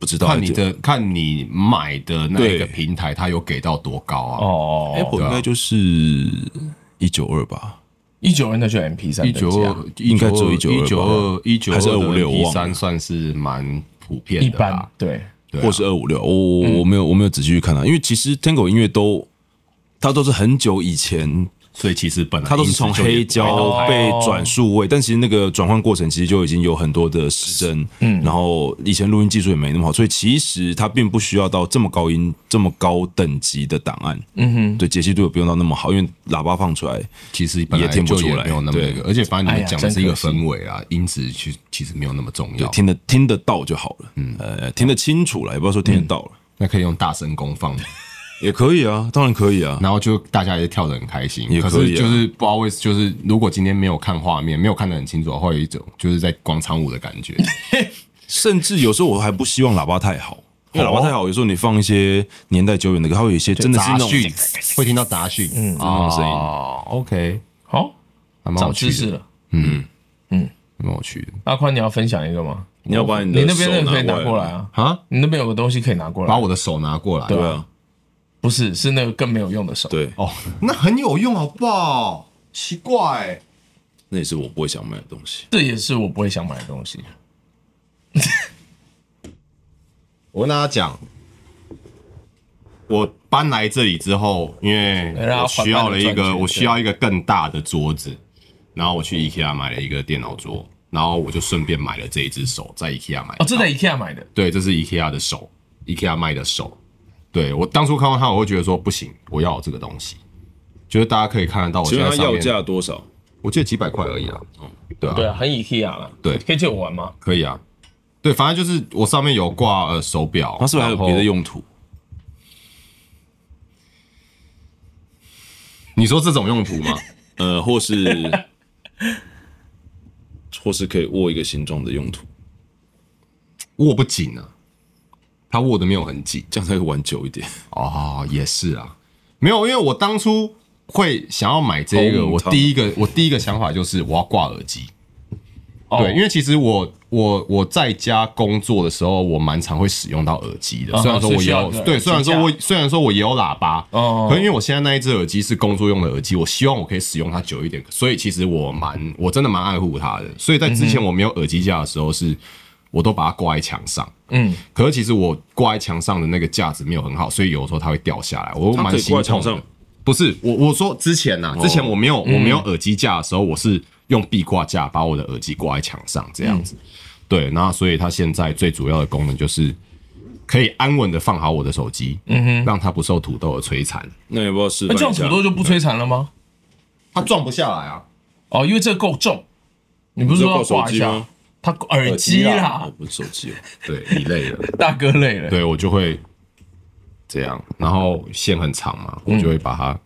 Speaker 2: 不知道哎
Speaker 1: 看你的看你买的那一个
Speaker 2: 对
Speaker 1: 平台，它有给到多高啊？
Speaker 3: 哦，
Speaker 2: Apple 应该就是一九二吧，
Speaker 3: 一九二那就 MP 三
Speaker 1: 一九二，
Speaker 2: 应该只有
Speaker 1: 一九二
Speaker 2: 192，
Speaker 1: 一九
Speaker 2: 还是
Speaker 1: 二
Speaker 2: 256
Speaker 1: 一
Speaker 2: 忘
Speaker 1: 三
Speaker 2: 了
Speaker 1: 算是蛮普遍
Speaker 3: 一
Speaker 1: 的啦
Speaker 3: 般。对，
Speaker 1: 对啊
Speaker 2: 或是二五六。我我我没有我没有仔细去看它，因为其实 Tango 音乐都它都是很久以前，
Speaker 1: 所以其实本来
Speaker 2: 它都是从黑胶被转数位，但其实那个转换过程其实就已经有很多的失真，嗯，然后以前录音技术也没那么好，所以其实它并不需要到这么高音这么高等级的档案，嗯哼，对解析度也不用到那么好，因为喇叭放出来，
Speaker 1: 其实本来
Speaker 2: 也听不
Speaker 1: 就
Speaker 2: 出
Speaker 1: 也
Speaker 2: 来
Speaker 1: 没有那么那个，而且反正
Speaker 3: 哎
Speaker 1: 你
Speaker 3: 呀
Speaker 1: 们讲的是一个
Speaker 3: 真可惜
Speaker 1: 氛围啊，音质其实其实没有那么重
Speaker 2: 对
Speaker 1: 要，。
Speaker 2: 听得听得到就好了，嗯，呃，听得清楚了，也不要说听得到了。
Speaker 1: 那可以用大声公放，
Speaker 2: 也可以啊，当然可以啊。
Speaker 1: 然后就大家也跳得很开心。
Speaker 2: 也
Speaker 1: 可
Speaker 2: 可
Speaker 1: 是
Speaker 2: 以啊
Speaker 1: 就是不知道为什就是如果今天没有看画面，没有看得很清楚的话，会有一种就是在广场舞的感觉。
Speaker 2: 甚至有时候我还不希望喇叭太好，因为
Speaker 3: 哦
Speaker 2: 喇叭太好，有时候你放一些年代久远的歌，它会有一 些真的是
Speaker 1: 杂
Speaker 2: 那种
Speaker 1: 讯会听到杂讯，嗯，
Speaker 2: 那种声音
Speaker 1: 哦，OK，
Speaker 3: 好，
Speaker 1: 还蛮
Speaker 3: 长
Speaker 1: 有
Speaker 3: 知
Speaker 1: 趣
Speaker 3: 识
Speaker 1: 的，
Speaker 3: 了。
Speaker 1: 还蛮有趣的
Speaker 3: 阿宽，你要分享一个吗？
Speaker 2: 你要把你的
Speaker 3: 你那边那个可以拿
Speaker 2: 手拿
Speaker 3: 过
Speaker 2: 过
Speaker 3: 来
Speaker 2: 来
Speaker 3: 啊，
Speaker 1: 啊！
Speaker 3: 你那边有个东西可以拿过
Speaker 1: 把
Speaker 3: 来，
Speaker 1: 我的手拿过来，
Speaker 2: 对啊，
Speaker 3: 不是，是那个更没有用的手。
Speaker 2: 对，
Speaker 1: 哦，那很有用，好不好？奇怪，
Speaker 2: 那也是我不会想买的东西。
Speaker 3: 这也是我不会想买的东西。
Speaker 1: 我跟大家讲，我搬来这里之后，因为我需要了一
Speaker 3: 哎让它缓慢地转
Speaker 1: 个，
Speaker 3: 圈
Speaker 1: 我需要一个更大的桌子，然后我去 IKEA 买了一个电脑桌，然后我就顺便买了这一只手，在 IKEA 买的
Speaker 3: 哦，这在 IKEA 买的，
Speaker 1: 对，这是 IKEA 的手，IKEA 卖的手。对我当初看到它，我会觉得说不行，我要有这个东西。就是大家可以看得到，我
Speaker 2: 请
Speaker 1: 现
Speaker 2: 问
Speaker 1: 在
Speaker 2: 它
Speaker 1: 上
Speaker 2: 要
Speaker 1: 面，
Speaker 2: 价哦多少？
Speaker 1: 我记得几百块而已啊。对啊，
Speaker 3: 对啊，很 IKEA 了。
Speaker 1: 对
Speaker 3: 可以借我玩吗？
Speaker 1: 可以啊。对，反正就是我上面有挂呃手表，
Speaker 2: 它是不是还有
Speaker 1: 然后
Speaker 2: 别的？用途？
Speaker 1: 你说这种用途吗？
Speaker 2: 呃，或是或是可以握一个形状的用途，
Speaker 1: 握不紧啊，它握的没有很紧
Speaker 2: 这样才会玩久一点。
Speaker 1: 哦，也是啊，没有，因为我当初会想要买这个，
Speaker 2: 头
Speaker 1: 我
Speaker 2: 疼
Speaker 1: 第一个我第一个想法就是我要挂耳机，
Speaker 3: 哦
Speaker 1: 对，因为其实我我我在家工作的时候，我蛮常会使用到耳机的
Speaker 3: 嗯。哼
Speaker 1: 虽然说我
Speaker 3: 是
Speaker 1: 也
Speaker 3: 需要
Speaker 1: 有
Speaker 3: 的
Speaker 1: 对，虽然说我虽然说我也有喇叭，
Speaker 3: 哦
Speaker 1: 可是因为我现在那一只耳机是工作用的耳机，我希望我可以使用它久一点，所以其实我蛮我真的蛮爱护它的。所以在之前我没有耳机架的时候是，我都把它挂在墙上。
Speaker 3: 嗯，
Speaker 1: 可是其实我挂在墙上的那个架子没有很好，所以有时候它会掉下来，我
Speaker 2: 它
Speaker 1: 蛮
Speaker 2: 可以挂
Speaker 1: 心
Speaker 2: 在墙
Speaker 1: 痛
Speaker 2: 上
Speaker 1: 的。，不是我我说之前呐、之前我没有、我没有耳机架的时候，我是用壁挂架把我的耳机挂在墙上这样子。对，那所以它现在最主要的功能就是可以安稳的放好我的手机，嗯哼，让它不受土豆的摧残，
Speaker 2: 那也不知道示
Speaker 3: 那
Speaker 2: 范一
Speaker 3: 哎这
Speaker 2: 下
Speaker 3: 样土豆就不摧残了吗？
Speaker 1: 它撞不下来啊。
Speaker 3: 哦，因为这个够重，你不
Speaker 2: 不
Speaker 3: 是
Speaker 2: 是
Speaker 3: 说
Speaker 2: 挂
Speaker 3: 要
Speaker 2: 手
Speaker 3: 挂一
Speaker 2: 机
Speaker 3: 下
Speaker 2: 吗？？
Speaker 3: 他耳机
Speaker 2: 哦
Speaker 3: 啦，，
Speaker 2: 不是手机哦，
Speaker 1: 对你累了，
Speaker 3: 大哥累了。
Speaker 1: 对我就会这样，然后线很长嘛，我就会把它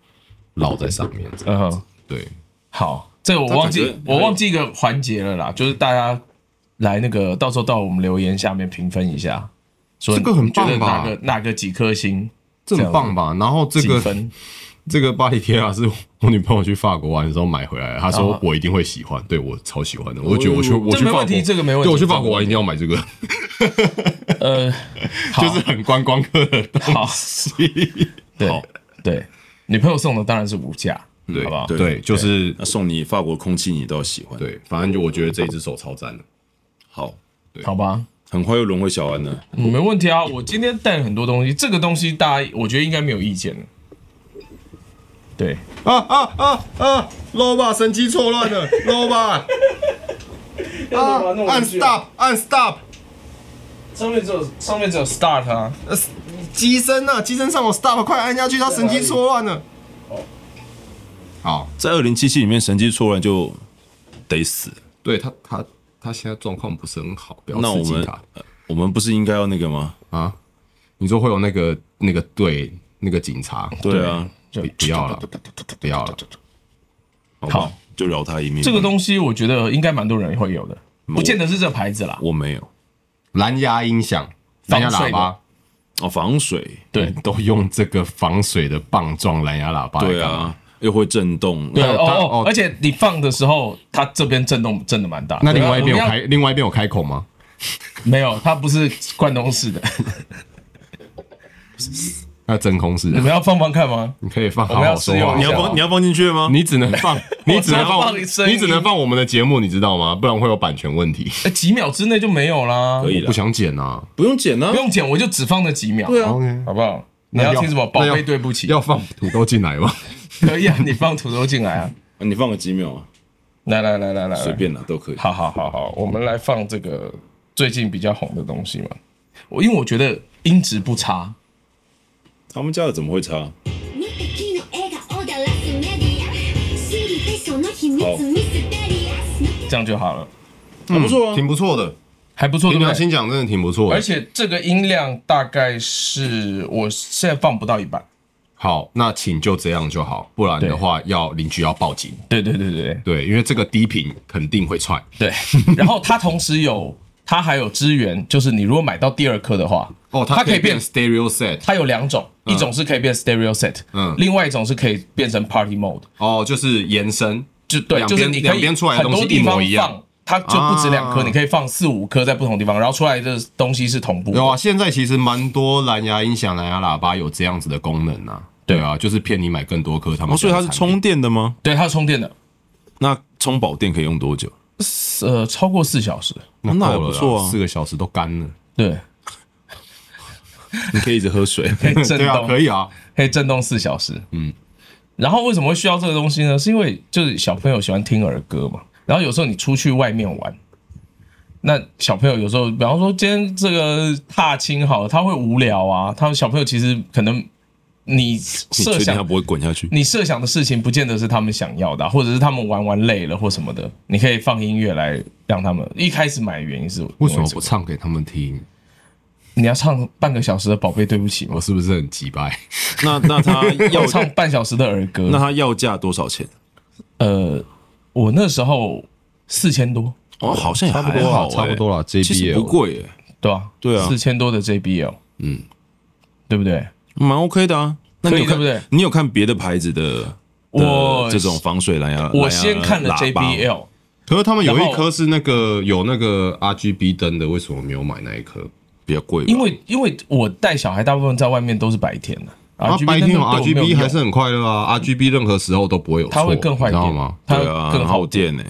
Speaker 1: 绕在上面。这样
Speaker 3: 嗯哼，
Speaker 1: 对，
Speaker 3: 好，这个我忘
Speaker 2: 他
Speaker 3: 记
Speaker 2: 感觉
Speaker 3: 我忘记一个环节了啦，就是大家来那个到时候到我们留言下面评分一下，说
Speaker 1: 这个很
Speaker 3: 你觉
Speaker 1: 棒
Speaker 3: 得
Speaker 1: 吧
Speaker 3: 哪个哪个几颗星
Speaker 1: 这很棒吧？然后这
Speaker 3: 几
Speaker 1: 个
Speaker 3: 分？
Speaker 1: 这个巴黎铁塔是我女朋友去法国玩的时候买回来的，她
Speaker 3: 啊
Speaker 1: 说我一定会喜欢，对我超喜欢的，我就觉得我去我
Speaker 3: 这
Speaker 1: 去
Speaker 3: 没
Speaker 1: 法
Speaker 3: 问题，
Speaker 1: 国。
Speaker 3: 这个没问题。
Speaker 1: 对，我去法国玩一定要买这个，
Speaker 3: 呃，好
Speaker 1: 就是很观光客的东西。
Speaker 3: 对 对，女朋友送的当然是无价，
Speaker 1: 对
Speaker 3: 好不好？
Speaker 2: 对
Speaker 1: 对，就是
Speaker 2: 那送你法国空气，你都要喜欢。，
Speaker 1: 对，反正就我觉得这一只手超赞的。
Speaker 2: 好，
Speaker 3: 好吧，
Speaker 2: 很快又轮回小安了。
Speaker 3: 嗯没问题啊。我今天带了很多东西，这个东西大家我觉得应该没有意见了。对，
Speaker 1: 啊啊啊啊！Loba 神机错乱了，Loba 啊，按 stop，按 stop，
Speaker 3: 上面只有上面只有 start 啊，
Speaker 1: 呃，机身啊，机身上有 stop，快按下去，它神机错乱了。哦好，
Speaker 2: 在二零七七里面，神机错乱就得死。
Speaker 1: 对他他他现在状况不是很好，不要
Speaker 2: 那我
Speaker 1: 刺激
Speaker 2: 们
Speaker 1: 他
Speaker 2: 呃我们不是应该要那个吗？
Speaker 1: 啊！你说会有那个那个队那个警察，
Speaker 2: 对啊，
Speaker 3: 就
Speaker 1: 不要了，不要了。
Speaker 2: 好
Speaker 3: 好
Speaker 2: 吧，就饶他一命。
Speaker 3: 这个东西我觉得应该蛮多人会有的，
Speaker 1: 嗯
Speaker 3: 不见得是这牌子啦。
Speaker 2: 我没有
Speaker 1: 蓝牙音响、蓝牙喇
Speaker 3: 防水的
Speaker 1: 叭，
Speaker 2: 哦，防水。
Speaker 3: 对
Speaker 1: 都用这个防水的棒状蓝牙喇叭。
Speaker 2: 对，啊，又会震动。
Speaker 3: 对
Speaker 1: 还有
Speaker 3: 哦
Speaker 1: 它
Speaker 3: 哦
Speaker 1: 哦，
Speaker 3: 而且你放的时候，它这边震动震的蛮大。
Speaker 1: 那另外一边
Speaker 3: 我
Speaker 1: 有
Speaker 3: 们要
Speaker 1: 开，另外一边有开口吗？
Speaker 3: 没有？它不是贯通式的，
Speaker 1: 那真空是
Speaker 3: 你们要放放看吗？
Speaker 1: 你可以放
Speaker 3: 我
Speaker 1: 好
Speaker 3: 们要
Speaker 1: 好说
Speaker 3: 试用
Speaker 1: 话。
Speaker 3: 一
Speaker 2: 你
Speaker 3: 下
Speaker 2: 要
Speaker 3: 吧
Speaker 2: 放你要放进去吗？
Speaker 1: 你只能放，你只能
Speaker 3: 我
Speaker 1: 放，
Speaker 3: 想放声音
Speaker 1: 你只能放我们的节目，你知道吗？不然会有版权问题。
Speaker 3: 哎，几秒之内就没有啦，
Speaker 2: 可以
Speaker 1: 不
Speaker 2: 了，
Speaker 1: 想剪啊。
Speaker 2: 不用剪呢
Speaker 3: 不。用剪，我就只放那几秒，对啊，
Speaker 1: OK，
Speaker 3: 好不好？你要听什么？宝
Speaker 1: 那要
Speaker 3: 贝，对不起，
Speaker 1: 要放土豆进来 吗？
Speaker 3: 可以啊，你放土豆进来啊，
Speaker 2: 你放个几秒啊，
Speaker 3: 来来来来来，来
Speaker 2: 随，便啦都可以。
Speaker 3: 哎好好好好，我们来放这个最近比较红的东西嘛。我因为我觉得音质不差，
Speaker 2: 他们家的怎么会差？
Speaker 5: 無敵の笑顔だラスメディア知りたいその秘密ミステリアス
Speaker 3: 这样就好了，
Speaker 2: 很不错啊
Speaker 1: 挺。不错的。
Speaker 3: 还不错，对
Speaker 1: 凭
Speaker 3: 不
Speaker 1: 良
Speaker 3: 对？
Speaker 1: 心讲，真的挺不错的。
Speaker 3: 而且这个音量大概是我现在放不到一半，
Speaker 1: 好，那请就这样就好，不然
Speaker 3: 对
Speaker 1: 的话要邻居要报警。
Speaker 3: 对对对对对
Speaker 1: 对，因为这个低频肯定会踹。
Speaker 3: 对。 然后它同时有，它还有支援，就是你如果买到第二颗的话，
Speaker 1: 哦，
Speaker 3: 它可
Speaker 1: 可
Speaker 3: 以
Speaker 1: 以
Speaker 3: 变
Speaker 1: 变 stereo set。
Speaker 3: 它有两种，一种是可以变 stereo set，
Speaker 1: 嗯，
Speaker 3: 嗯另外一种是可以变成 party mode，
Speaker 1: 哦，就是延伸。
Speaker 3: 就对，
Speaker 1: 两
Speaker 3: 就
Speaker 1: 边
Speaker 3: 是你可
Speaker 1: 两
Speaker 3: 以
Speaker 1: 边出来的
Speaker 3: 很
Speaker 1: 东西
Speaker 3: 多地
Speaker 1: 一模
Speaker 3: 方
Speaker 1: 一样
Speaker 3: 放，它就不止两颗，
Speaker 1: 啊
Speaker 3: 你可以放四五颗在不同地方，然后出来的东西是同步的。
Speaker 1: 有啊，现在其实蛮多蓝牙音响、蓝牙喇叭有这样子的功能啊。对啊，就是骗你买更多颗，他们
Speaker 2: 哦，所以
Speaker 1: 家
Speaker 2: 它
Speaker 1: 的
Speaker 2: 是
Speaker 1: 产品
Speaker 2: 充电的吗？
Speaker 3: 对，它是充电的，
Speaker 2: 那充饱电可以用多久？
Speaker 3: 呃，超过四小时，
Speaker 1: 那
Speaker 2: 那还
Speaker 1: 够了
Speaker 2: 不错
Speaker 1: 啦
Speaker 2: 啊
Speaker 1: 四个小时都干了。
Speaker 3: 对，
Speaker 2: 你可以一直喝水。
Speaker 3: 可以 震
Speaker 1: 对啊，
Speaker 3: 动，
Speaker 1: 可以啊。
Speaker 3: 可以震动四小时。嗯，然后为什么会需要这个东西呢？是因为就是小朋友喜欢听儿歌嘛，然后有时候你出去外面玩，那小朋友有时候，比方说今天这个踏青好了，他会无聊啊，他们小朋友其实可能你
Speaker 2: 你
Speaker 3: 设
Speaker 2: 确定它
Speaker 3: 想。
Speaker 2: 不会滚下 去？
Speaker 3: 你设想的事情，不见得是他们想要的啊、或者是他们玩玩累了或什么的，你可以放音乐来让他们。一开始买的原因是因
Speaker 1: 为什么
Speaker 3: 这
Speaker 1: 不
Speaker 3: 个
Speaker 1: 唱给他们听？
Speaker 3: 你要唱半个小时的《宝贝对不 起》
Speaker 1: 我
Speaker 3: 吗？
Speaker 1: 是不是很鸡掰？
Speaker 2: 那那 它要
Speaker 3: 要唱半小时的儿歌，
Speaker 2: 那它要价多少钱？
Speaker 3: 呃，我那时候四千多，
Speaker 2: 哦，好像也还
Speaker 1: 差不多
Speaker 2: 好
Speaker 1: 啦
Speaker 2: 欸，
Speaker 1: 差不多
Speaker 3: 哎
Speaker 1: 啦
Speaker 2: 其实
Speaker 1: JBL
Speaker 2: 不贵耶，
Speaker 3: 对吧、
Speaker 2: 对啊
Speaker 3: 四千多的 JBL，嗯，对不对？
Speaker 2: 蛮 OK 的啊。那
Speaker 3: 可
Speaker 2: 你
Speaker 3: 以
Speaker 2: 有看
Speaker 3: 对不对？
Speaker 2: 你有看别的牌子的？
Speaker 3: 我
Speaker 2: 的这种防水蓝牙，蓝
Speaker 3: 我
Speaker 2: 牙
Speaker 3: 先看了
Speaker 2: 喇叭
Speaker 3: JBL，
Speaker 1: 可是他们有
Speaker 3: 然后
Speaker 1: 一颗是那个有那个 RGB 灯的，为什么没有买那一颗？
Speaker 2: 比较贵吧，
Speaker 3: 因为因为我带小孩大部分在外面都是白天的，
Speaker 1: 啊，白天有 RGB 还是
Speaker 3: 很
Speaker 1: 很快乐啊？RGB 任何时候都不会有错，
Speaker 3: 它会更
Speaker 1: 你
Speaker 3: 坏
Speaker 1: 知道
Speaker 3: 电
Speaker 1: 吗？
Speaker 3: 它会
Speaker 2: 对啊，很
Speaker 3: 更
Speaker 2: 耗
Speaker 3: 好。
Speaker 2: 电呢。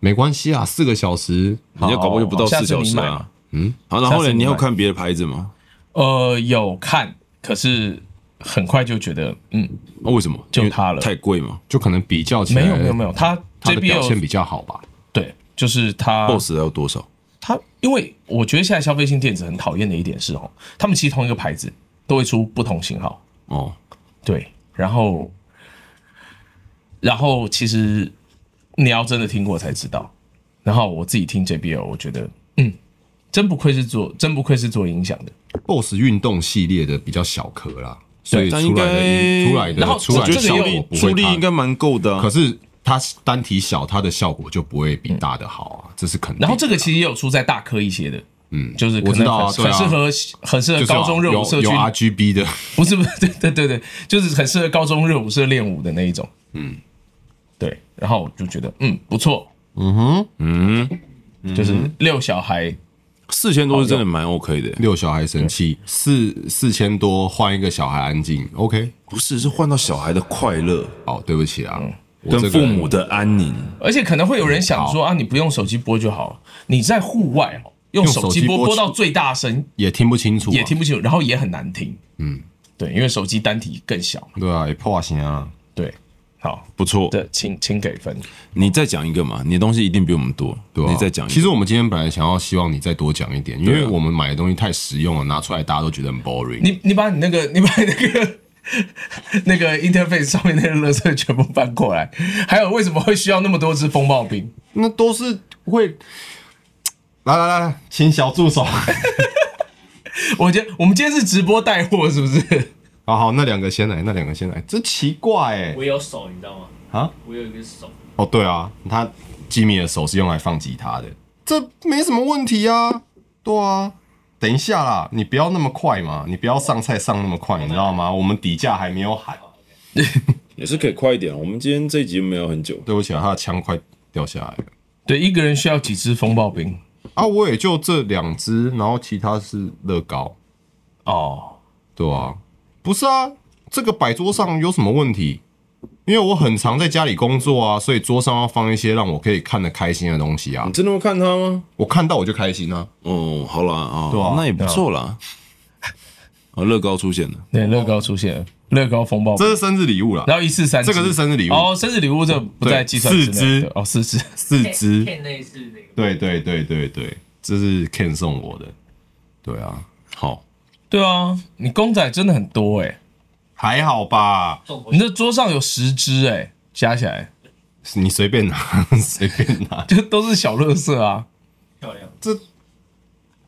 Speaker 1: 没关系啊，四个小时
Speaker 2: 人家搞不好就不到
Speaker 3: 下
Speaker 2: 四
Speaker 3: 次你
Speaker 2: 小时
Speaker 3: 买嘛
Speaker 2: 啊。嗯，好，然后
Speaker 3: 下次
Speaker 2: 呢？
Speaker 3: 你
Speaker 2: 你
Speaker 3: 买
Speaker 2: 有看别的牌子吗？
Speaker 3: 呃，有看，可是很快就觉得，嗯，
Speaker 2: 那为什么？
Speaker 3: 就它
Speaker 2: 因
Speaker 3: 了
Speaker 2: 为太贵嘛。
Speaker 1: 就可能比较起来，
Speaker 3: 没有没有没有，它
Speaker 1: 它的表现
Speaker 3: JBL
Speaker 1: 比较好吧？
Speaker 3: 对，就是它
Speaker 2: BOSS 要多少？
Speaker 3: 它，因为我觉得现在消费性电子很讨厌的一点是哦，他们其实同一个牌子都会出不同型号。
Speaker 2: 哦，
Speaker 3: 对，然后，然后其实你要真的听过才知道。然后我自己听 JBL，我觉得，嗯，真不愧是做，真不愧是做音响的。
Speaker 1: BOSS 运动系列的比较小颗啦，所以
Speaker 2: 但
Speaker 1: 出
Speaker 2: 应
Speaker 1: 来的音
Speaker 2: 该
Speaker 1: 出来的
Speaker 3: 然后
Speaker 1: 出
Speaker 2: 我
Speaker 1: 来
Speaker 2: 觉
Speaker 1: 的
Speaker 2: 得
Speaker 3: 这个
Speaker 1: 效
Speaker 2: 朱
Speaker 3: 也有
Speaker 1: 果
Speaker 2: 莉
Speaker 1: 不
Speaker 2: 朱
Speaker 1: 会
Speaker 2: 莉
Speaker 1: 差
Speaker 2: 应该蛮够
Speaker 3: 嗯
Speaker 2: 的、啊。
Speaker 1: 可是它单体小，它的效果就不会比大的好啊，这是肯定的啊。
Speaker 3: 嗯然后这个其实也有出在大颗一些的，嗯，就是可
Speaker 1: 我知
Speaker 3: 能
Speaker 1: 道啊
Speaker 3: 很
Speaker 1: 对啊
Speaker 3: 很适合很适
Speaker 1: 就
Speaker 3: 合
Speaker 1: 是啊
Speaker 3: 高中热舞社
Speaker 1: 有
Speaker 3: 区
Speaker 1: 有 RGB 的，
Speaker 3: 不是不是，对对对对，就是很适合高中热舞社练舞的那一种。嗯，对。然后我就觉得，嗯，不错，
Speaker 2: 嗯，
Speaker 3: 就是遛小孩，
Speaker 2: 四千多是真的蛮 OK 的、
Speaker 1: 六小孩神器，四四千多换一个小孩安静，OK。
Speaker 2: 不是是换到小孩的快乐
Speaker 1: 哦，对不起啊，
Speaker 3: 嗯
Speaker 1: 我
Speaker 2: 跟
Speaker 1: 这个
Speaker 2: 父
Speaker 1: 人
Speaker 2: 母的安宁。
Speaker 3: 而且可能会有人想
Speaker 1: 嗯
Speaker 3: 说啊，你不用手机播就好了，你在户外哦，用
Speaker 1: 用
Speaker 3: 手
Speaker 1: 手
Speaker 3: 机
Speaker 1: 机
Speaker 3: 播
Speaker 1: 播
Speaker 3: 播
Speaker 1: 出
Speaker 3: 到最大声
Speaker 1: 也听不清楚啊，
Speaker 3: 也听不清楚，然后也很难听。嗯，对，因为手机单体更小嘛。
Speaker 1: 对啊，也破型啊。
Speaker 3: 对，好，
Speaker 2: 不错，
Speaker 3: 这请请给分。
Speaker 2: 你再讲一个嘛，你的东西一定比我们多。
Speaker 1: 对啊，
Speaker 2: 你再讲一个。
Speaker 1: 其实我们今天本来想要希望你再多讲一点，因
Speaker 2: 对
Speaker 1: 为
Speaker 2: 啊
Speaker 1: 我们买的东西太实用了，拿出来大家都觉得很 boring。
Speaker 3: 你你把你那个你把那个那个 interface 上面那个垃圾全部搬过来，还有为什么会需要那么多只风暴兵？
Speaker 1: 那都是会。来来来来，请小助手。
Speaker 3: 我觉得我们今天是直播带货，是不是？
Speaker 1: 好好，那两个先来，那两个先来，真奇怪哎、
Speaker 4: 我有手，你知道吗？
Speaker 1: 啊！
Speaker 4: 我有一个手，
Speaker 1: 哦，对啊，他吉米的手是用来放吉他的，这没什么问题啊。对啊，等一下啦，你不要那么快嘛，你不要上菜上那么快，你知道吗？我们底价还没有喊。
Speaker 2: 也是可以快一点啊。我们今天这一集没有很久，
Speaker 1: 对不起啊，他的枪快掉下来了。
Speaker 3: 对，一个人需要几只风暴兵？
Speaker 1: 啊，我也就这两只，然后其他是乐高，
Speaker 3: 哦，
Speaker 1: 对啊，不是啊，这个摆桌上有什么问题？因为我很常在家里工作啊，所以桌上要放一些让我可以看得开心的东西啊
Speaker 2: 你。真的会看他吗？
Speaker 1: 我看到我就开心啊。
Speaker 2: 哦，好啦，啊，
Speaker 1: 对啊
Speaker 2: 那也不错啦。啊，乐高出现了，
Speaker 3: 对，乐高出现了，乐高风暴兵
Speaker 1: 这，是生日礼物啦，
Speaker 3: 然后一四三，
Speaker 1: 这个是生日礼物
Speaker 3: 哦，生日礼物这不在计算之内，
Speaker 1: 对四只
Speaker 3: 对哦，四只，
Speaker 1: 四只，
Speaker 4: 片内是那个。
Speaker 1: 对对对对对，这是 Ken 送我的，对啊，
Speaker 2: 好，
Speaker 3: 对啊，你公仔真的很多哎、
Speaker 1: 还好吧，
Speaker 4: 重头
Speaker 3: 你这桌上有十只哎、加起来
Speaker 1: 你随便拿， 随便拿，
Speaker 3: 就都是小乐色啊，
Speaker 4: 漂亮，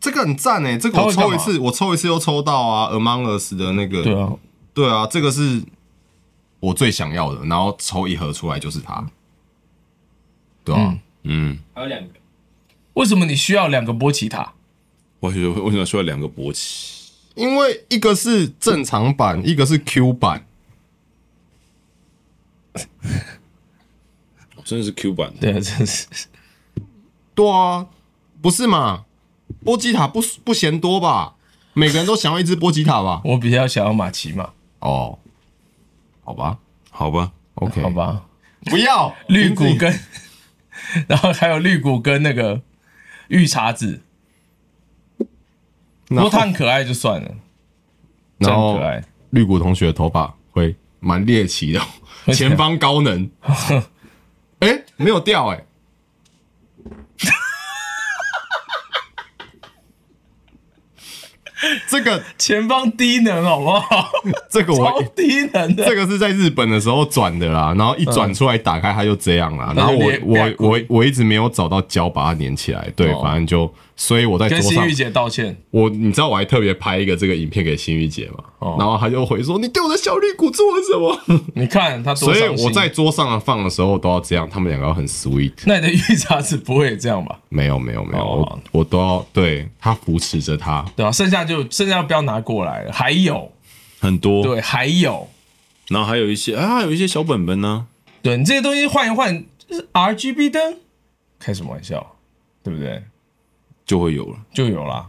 Speaker 1: 这个很赞诶、这个我
Speaker 3: 他会干
Speaker 1: 抽
Speaker 3: 嘛
Speaker 1: 一次，我抽一次又抽到啊，Among Us 的那个，
Speaker 3: 对啊，
Speaker 1: 对啊，这个是我最想要的，然后抽一盒出来就是它，对啊，
Speaker 2: 嗯，
Speaker 4: 还有两个，
Speaker 3: 为什么你需要两个波奇塔？
Speaker 2: 我觉得为什么需要两个勃起？
Speaker 1: 因为一个是正常版，一个是 Q 版，
Speaker 2: 哦真的是 Q 版的，
Speaker 3: 对啊，真是
Speaker 1: 对啊，不是嘛？波吉塔不不嫌多吧？每个人都想要一只波吉塔吧？
Speaker 3: 我比较想要马奇马
Speaker 1: 哦，好吧
Speaker 2: 好吧？
Speaker 1: ，OK，
Speaker 3: 好，吧，
Speaker 1: 不要
Speaker 3: 绿谷跟，然后还有绿谷跟那个绿茶子，不
Speaker 1: 然
Speaker 3: 过
Speaker 1: 后
Speaker 3: 它很可爱就算了，真
Speaker 1: 然
Speaker 3: 的
Speaker 1: 后
Speaker 3: 可爱。
Speaker 1: 绿谷同学的头发会蛮猎奇 的哦，前方高能，哎、没有掉哎、 这个
Speaker 3: 前方低能好不好？
Speaker 1: 这个
Speaker 3: 超
Speaker 1: 我
Speaker 3: 低能的，
Speaker 1: 这个是在日本的时候转的啦，然后一转出来打开它就这样啦，然后我
Speaker 3: 嗯那就裂
Speaker 1: 我我我一直没有找到胶把它粘起来，对，
Speaker 3: 哦
Speaker 1: 反正就所以我在桌
Speaker 3: 跟心
Speaker 1: 上
Speaker 3: 玉姐道歉。
Speaker 1: 我你知道我还特别拍一个这个影片给心玉姐嘛，
Speaker 3: 哦
Speaker 1: 然后她就回说你对我的小绿谷做了什 么？
Speaker 3: 你看他多
Speaker 1: 所以
Speaker 3: 伤心。
Speaker 1: 我在，桌上放的时候都要这样，他们两个很 sweet。
Speaker 3: 那你的绿茶子不会也这样吧？
Speaker 1: 没有没有没有，
Speaker 3: 哦
Speaker 1: 我我都要对他扶持着他，
Speaker 3: 对吧、剩下就剩下不要拿过来了。还有，
Speaker 2: 很多，
Speaker 3: 对，还有，
Speaker 2: 然后还有一些啊，还有一些小本本呢，
Speaker 3: 对你这些东西换一换就是，RGB 灯，开什么玩笑，对不对？
Speaker 2: 就会有了。
Speaker 3: 就有啦。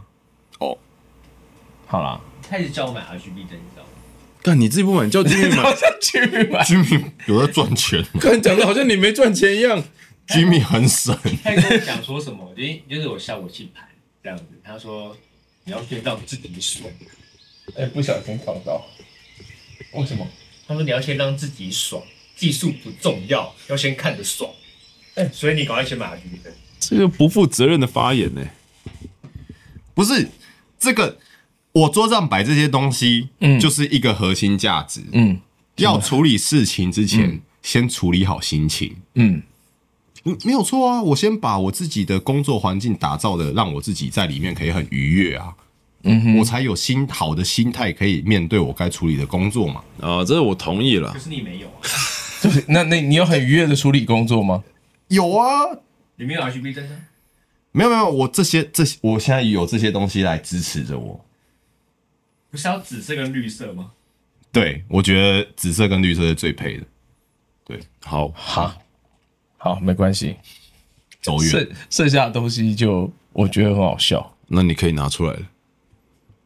Speaker 1: 哦，
Speaker 3: 好啦，
Speaker 4: 开始叫我买 RGB 灯，你知道 吗？
Speaker 2: 干你自己不买，你叫金玉
Speaker 3: 好
Speaker 2: 买，
Speaker 3: 像去买。
Speaker 1: 居民有在赚钱吗
Speaker 2: 干讲的好像你没赚钱一样。
Speaker 1: 居民很省，
Speaker 4: 他跟我讲说什么？因为就是我下午进盘这样子，他说你要先让自己爽，
Speaker 3: 哎、不小心烫到。为什么？
Speaker 4: 他说你要先让自己爽，技术不重要，要先看着爽。
Speaker 1: 哎
Speaker 4: 所以你赶快先买 RGB 灯。
Speaker 2: 这个不负责任的发言呢、
Speaker 1: 不是这个。我桌上摆这些东西，嗯，就是一个核心价值。
Speaker 3: 嗯
Speaker 1: 要处理事情之前，先处理好心情。
Speaker 3: 嗯，
Speaker 1: 嗯，没有错啊，我先把我自己的工作环境打造的，让我自己在里面可以很愉悦啊。
Speaker 3: 嗯
Speaker 1: 我才有心好的心态可以面对我该处理的工作嘛。
Speaker 2: 啊，这我同意了
Speaker 4: 可。是你没有啊，
Speaker 3: 就是那那你有很愉悦的处理工作吗？
Speaker 1: 有啊，
Speaker 4: 你没有 RGB 灯啊？
Speaker 1: 没有没有，我这些这些，我现在有这些东西来支持着我。
Speaker 4: 不是要紫色跟绿色吗？
Speaker 1: 对，我觉得紫色跟绿色是最配的，
Speaker 2: 好，
Speaker 3: 哈，好，没关系，
Speaker 1: 走远。
Speaker 3: 剩剩下的东西就我觉得很好笑。
Speaker 2: 那你可以拿出来了。